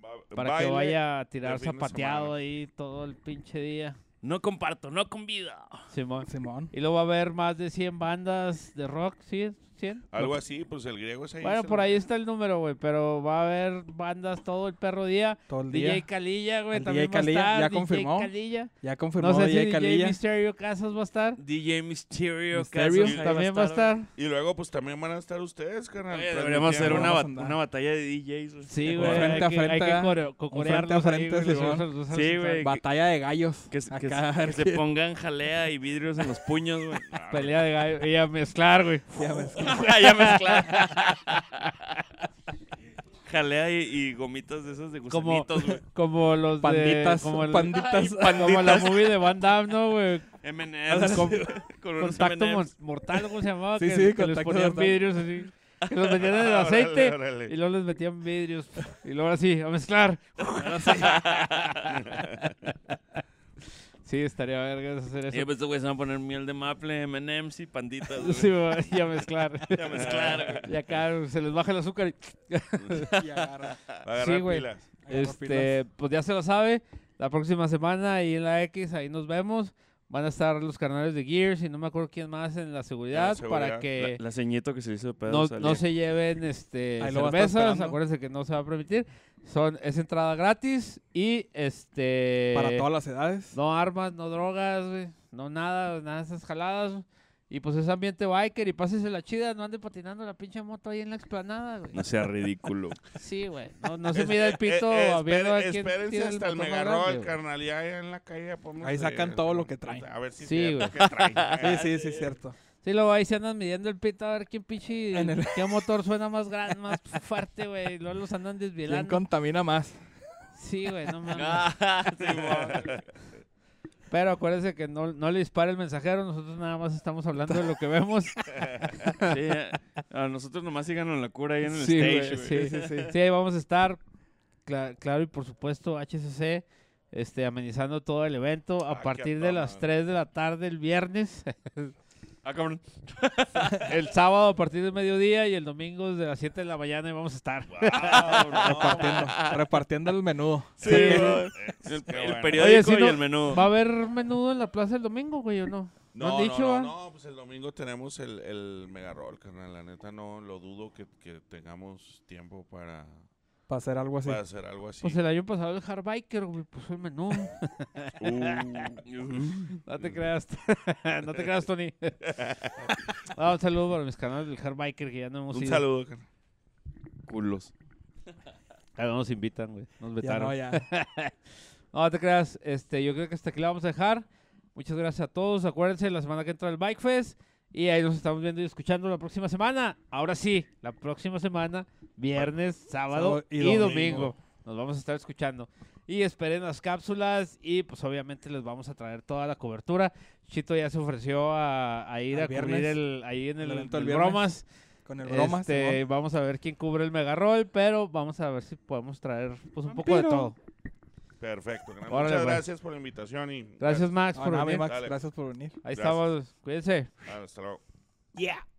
Speaker 4: ba-
Speaker 1: Para
Speaker 4: baile.
Speaker 1: que vaya a tirar
Speaker 4: de fin de
Speaker 1: zapateado
Speaker 4: semana.
Speaker 1: ahí todo el pinche día.
Speaker 2: No comparto, no convido.
Speaker 1: Simón.
Speaker 3: Simón.
Speaker 1: Y luego va a haber más de 100 bandas de rock, ¿sí? ¿100?
Speaker 4: Algo así, pues el griego es ahí.
Speaker 1: Bueno,
Speaker 4: se
Speaker 1: por
Speaker 4: lo-
Speaker 1: ahí está el número, güey, pero va a haber bandas todo el perro día.
Speaker 3: Todo el
Speaker 1: DJ
Speaker 3: día.
Speaker 1: Calilla, güey,
Speaker 3: El
Speaker 1: también va
Speaker 3: DJ
Speaker 1: a
Speaker 3: Calilla,
Speaker 1: estar.
Speaker 3: ya
Speaker 1: DJ
Speaker 3: confirmó.
Speaker 1: Calilla.
Speaker 3: Ya
Speaker 1: No
Speaker 3: confirmó
Speaker 1: sé si
Speaker 3: DJ
Speaker 1: DJ
Speaker 3: Calilla.
Speaker 1: Misterio Casas va a estar.
Speaker 2: DJ Mysterio.
Speaker 3: Mysterio.
Speaker 2: Casas,
Speaker 1: También va a estar.
Speaker 4: Y luego, pues también van a estar ustedes, carnal.
Speaker 2: Oye, deberíamos hacer
Speaker 4: transmitiendo.
Speaker 2: una,
Speaker 3: Vamos
Speaker 2: bat-
Speaker 3: a andar.
Speaker 2: una batalla de DJs. güey.
Speaker 1: Sí,
Speaker 3: Un
Speaker 1: güey.
Speaker 3: frente
Speaker 1: hay
Speaker 3: a
Speaker 1: que- Hay
Speaker 3: frente,
Speaker 1: que
Speaker 3: ¿eh?
Speaker 1: coreo- cocorearlos
Speaker 3: frente a
Speaker 1: ahí,
Speaker 3: frente,
Speaker 1: güey,
Speaker 3: Simón.
Speaker 1: los dos al-
Speaker 2: Sí, güey.
Speaker 3: Batalla de gallos.
Speaker 2: Que, se- que
Speaker 3: Acá,
Speaker 2: se- que se
Speaker 3: que-
Speaker 2: pongan jalea y vidrios en los puños, güey. Pues,
Speaker 1: Pelea de gallo. Y a mezclar, güey.
Speaker 3: ya ves.
Speaker 2: ya mezclar. jalea y, y gomitas de esas de
Speaker 1: Como,
Speaker 2: gusanitos, güey.
Speaker 1: como los
Speaker 3: Panditas,
Speaker 1: de... Como, el-
Speaker 3: panditas.
Speaker 1: como la movie de Van Damme, ¿no, güey?
Speaker 2: M&M's.
Speaker 1: Con-
Speaker 2: con unos
Speaker 1: Contacto
Speaker 2: M&M's.
Speaker 1: mor- mortal, ¿cómo se llamaba?
Speaker 3: Sí,
Speaker 1: que,
Speaker 3: sí,
Speaker 1: que les
Speaker 3: contacto
Speaker 1: ponían
Speaker 3: mortal.
Speaker 1: vidrios así. Que los metían en el
Speaker 4: Órale,
Speaker 1: aceite
Speaker 4: órale.
Speaker 1: y luego les metían vidrios. Y luego así, a mezclar. sí, estaría vergas hacer
Speaker 2: Y
Speaker 1: eso.
Speaker 2: pues, güey, se van a poner miel de maple, M&M's y panditas, güey.
Speaker 1: Sí, güey, y a mezclar.
Speaker 2: Ya mezclar, güey.
Speaker 1: Y acá se les baja el azúcar y...
Speaker 3: Y agarra-
Speaker 4: Va a agarrar
Speaker 1: Sí, güey.
Speaker 4: pilas.
Speaker 3: agarra
Speaker 1: Este, pues ya se lo sabe. La próxima semana ahí en la X, ahí nos vemos. Van a estar los carnales de Gears y no me acuerdo quién más en la seguridad, para
Speaker 4: seguridad.
Speaker 1: que
Speaker 2: La, la ceñito que se hizo de pedo.
Speaker 1: no,
Speaker 2: salió.
Speaker 1: no se lleven este,
Speaker 3: Ahí lo va a estar
Speaker 1: cervezas.
Speaker 3: esperando.
Speaker 1: Acuérdense que no se va a permitir. Son, es entrada gratis y este...
Speaker 3: Para todas las edades.
Speaker 1: No armas, no drogas, güey, No nada, nada de esas jaladas. güey. Y pues es ambiente biker y pásese la chida, no ande patinando la pinche moto ahí en la explanada, güey.
Speaker 2: No sea ridículo.
Speaker 1: Sí, güey. No, no se
Speaker 4: Es-
Speaker 1: mira el
Speaker 4: eh,
Speaker 1: pito
Speaker 4: eh,
Speaker 1: a viendo a
Speaker 4: espere-
Speaker 1: quién
Speaker 4: Espérense
Speaker 1: tiene
Speaker 4: hasta el
Speaker 1: motor más
Speaker 4: megarol,
Speaker 1: grande, güey.
Speaker 4: carnal. Ya allá en la calle. pues, ponme
Speaker 3: Ahí
Speaker 4: ese-
Speaker 3: sacan todo lo que traen.
Speaker 4: pues, A ver si
Speaker 1: Sí,
Speaker 4: sí,
Speaker 1: güey.
Speaker 4: que traen.
Speaker 3: Sí, sí, Ah, sí, es cierto.
Speaker 1: Sí, luego ahí se andan midiendo el pito a ver quién pinche.
Speaker 3: En el-
Speaker 1: ¿Qué motor suena más grande, más fuerte, güey? Y Luego los andan
Speaker 3: ¿Quién
Speaker 1: desvielando.
Speaker 3: contamina más?
Speaker 1: Sí, güey, no mames.
Speaker 2: Ah, Simón.
Speaker 1: Pero acuérdense que no, no le dispare el mensajero, nosotros nada más estamos hablando de lo que vemos.
Speaker 2: Sí, eh, a nosotros nomás síganos la cura ahí en el
Speaker 1: Sí, güey,
Speaker 2: stage, güey.
Speaker 1: sí, sí, sí. Sí, ahí vamos a estar, cla- claro, y por supuesto HCC, este, amenizando todo el evento a
Speaker 4: Ah, qué
Speaker 1: partir
Speaker 4: toda
Speaker 1: de las
Speaker 4: madre.
Speaker 1: 3 de la tarde el viernes,
Speaker 2: Ah, cabrón.
Speaker 1: el sábado a partir del mediodía y el domingo desde las 7 de la mañana y vamos a estar.
Speaker 4: Guau, Ah, no,
Speaker 3: Repartiendo, repartiendo el menudo.
Speaker 2: Sí,
Speaker 1: Sí,
Speaker 2: güey.
Speaker 1: güey.
Speaker 4: es
Speaker 2: El,
Speaker 4: que
Speaker 2: el
Speaker 4: bueno.
Speaker 2: periódico
Speaker 1: Oye, si
Speaker 2: y
Speaker 1: no-
Speaker 2: el menú.
Speaker 1: ¿Va a haber menudo en la plaza el domingo, güey, o no? ¿No
Speaker 4: No,
Speaker 1: han dicho,
Speaker 4: no,
Speaker 1: va?
Speaker 4: no, no, pues el domingo tenemos el, el megarol, carnal. La neta no lo dudo que, que tengamos tiempo para,
Speaker 3: Para hacer algo así.
Speaker 4: para hacer algo así.
Speaker 1: Pues el año pasado el Hardbiker, güey, puso el menú.
Speaker 2: Uh.
Speaker 1: No te creas, no te creas, Tony. Ah, un saludo para mis canales del Hardbiker que ya no hemos
Speaker 4: Un
Speaker 1: ido.
Speaker 4: saludo, carnal.
Speaker 2: Culos.
Speaker 1: Ah, no nos invitan, güey, nos
Speaker 3: ya
Speaker 1: vetaron.
Speaker 3: no, ya.
Speaker 1: No, te creas. Este, yo creo que hasta aquí la vamos a dejar. Muchas gracias a todos. Acuérdense, la semana que entra el Bike Fest. Y ahí nos estamos viendo y escuchando la próxima semana. Ahora sí, la próxima semana, viernes, sábado
Speaker 3: Sábado
Speaker 1: y,
Speaker 3: y
Speaker 1: domingo.
Speaker 3: domingo.
Speaker 1: Nos vamos a estar escuchando. Y esperen las cápsulas y pues obviamente les vamos a traer toda la cobertura. Chito ya se ofreció a, a ir
Speaker 3: Al
Speaker 1: a cubrir
Speaker 3: viernes.
Speaker 1: el, ahí en
Speaker 3: El
Speaker 1: el,
Speaker 3: evento
Speaker 1: el
Speaker 3: del viernes.
Speaker 1: Bromas.
Speaker 3: Con el broma.
Speaker 1: Este,
Speaker 3: Simón.
Speaker 1: vamos a ver quién cubre el mega roll, pero vamos a ver si podemos traer pues un poco de
Speaker 3: Vampiro.
Speaker 1: todo.
Speaker 4: Perfecto, carnal.
Speaker 1: Órale,
Speaker 4: Muchas
Speaker 1: pues.
Speaker 4: gracias por la invitación y
Speaker 1: Gracias Max
Speaker 3: Ah, No,
Speaker 1: por
Speaker 3: nada, mi
Speaker 1: venir.
Speaker 3: Max,
Speaker 4: Dale.
Speaker 3: gracias por venir.
Speaker 1: Ahí
Speaker 4: Gracias.
Speaker 1: estamos. Cuídense.
Speaker 4: hasta luego.
Speaker 3: Yeah.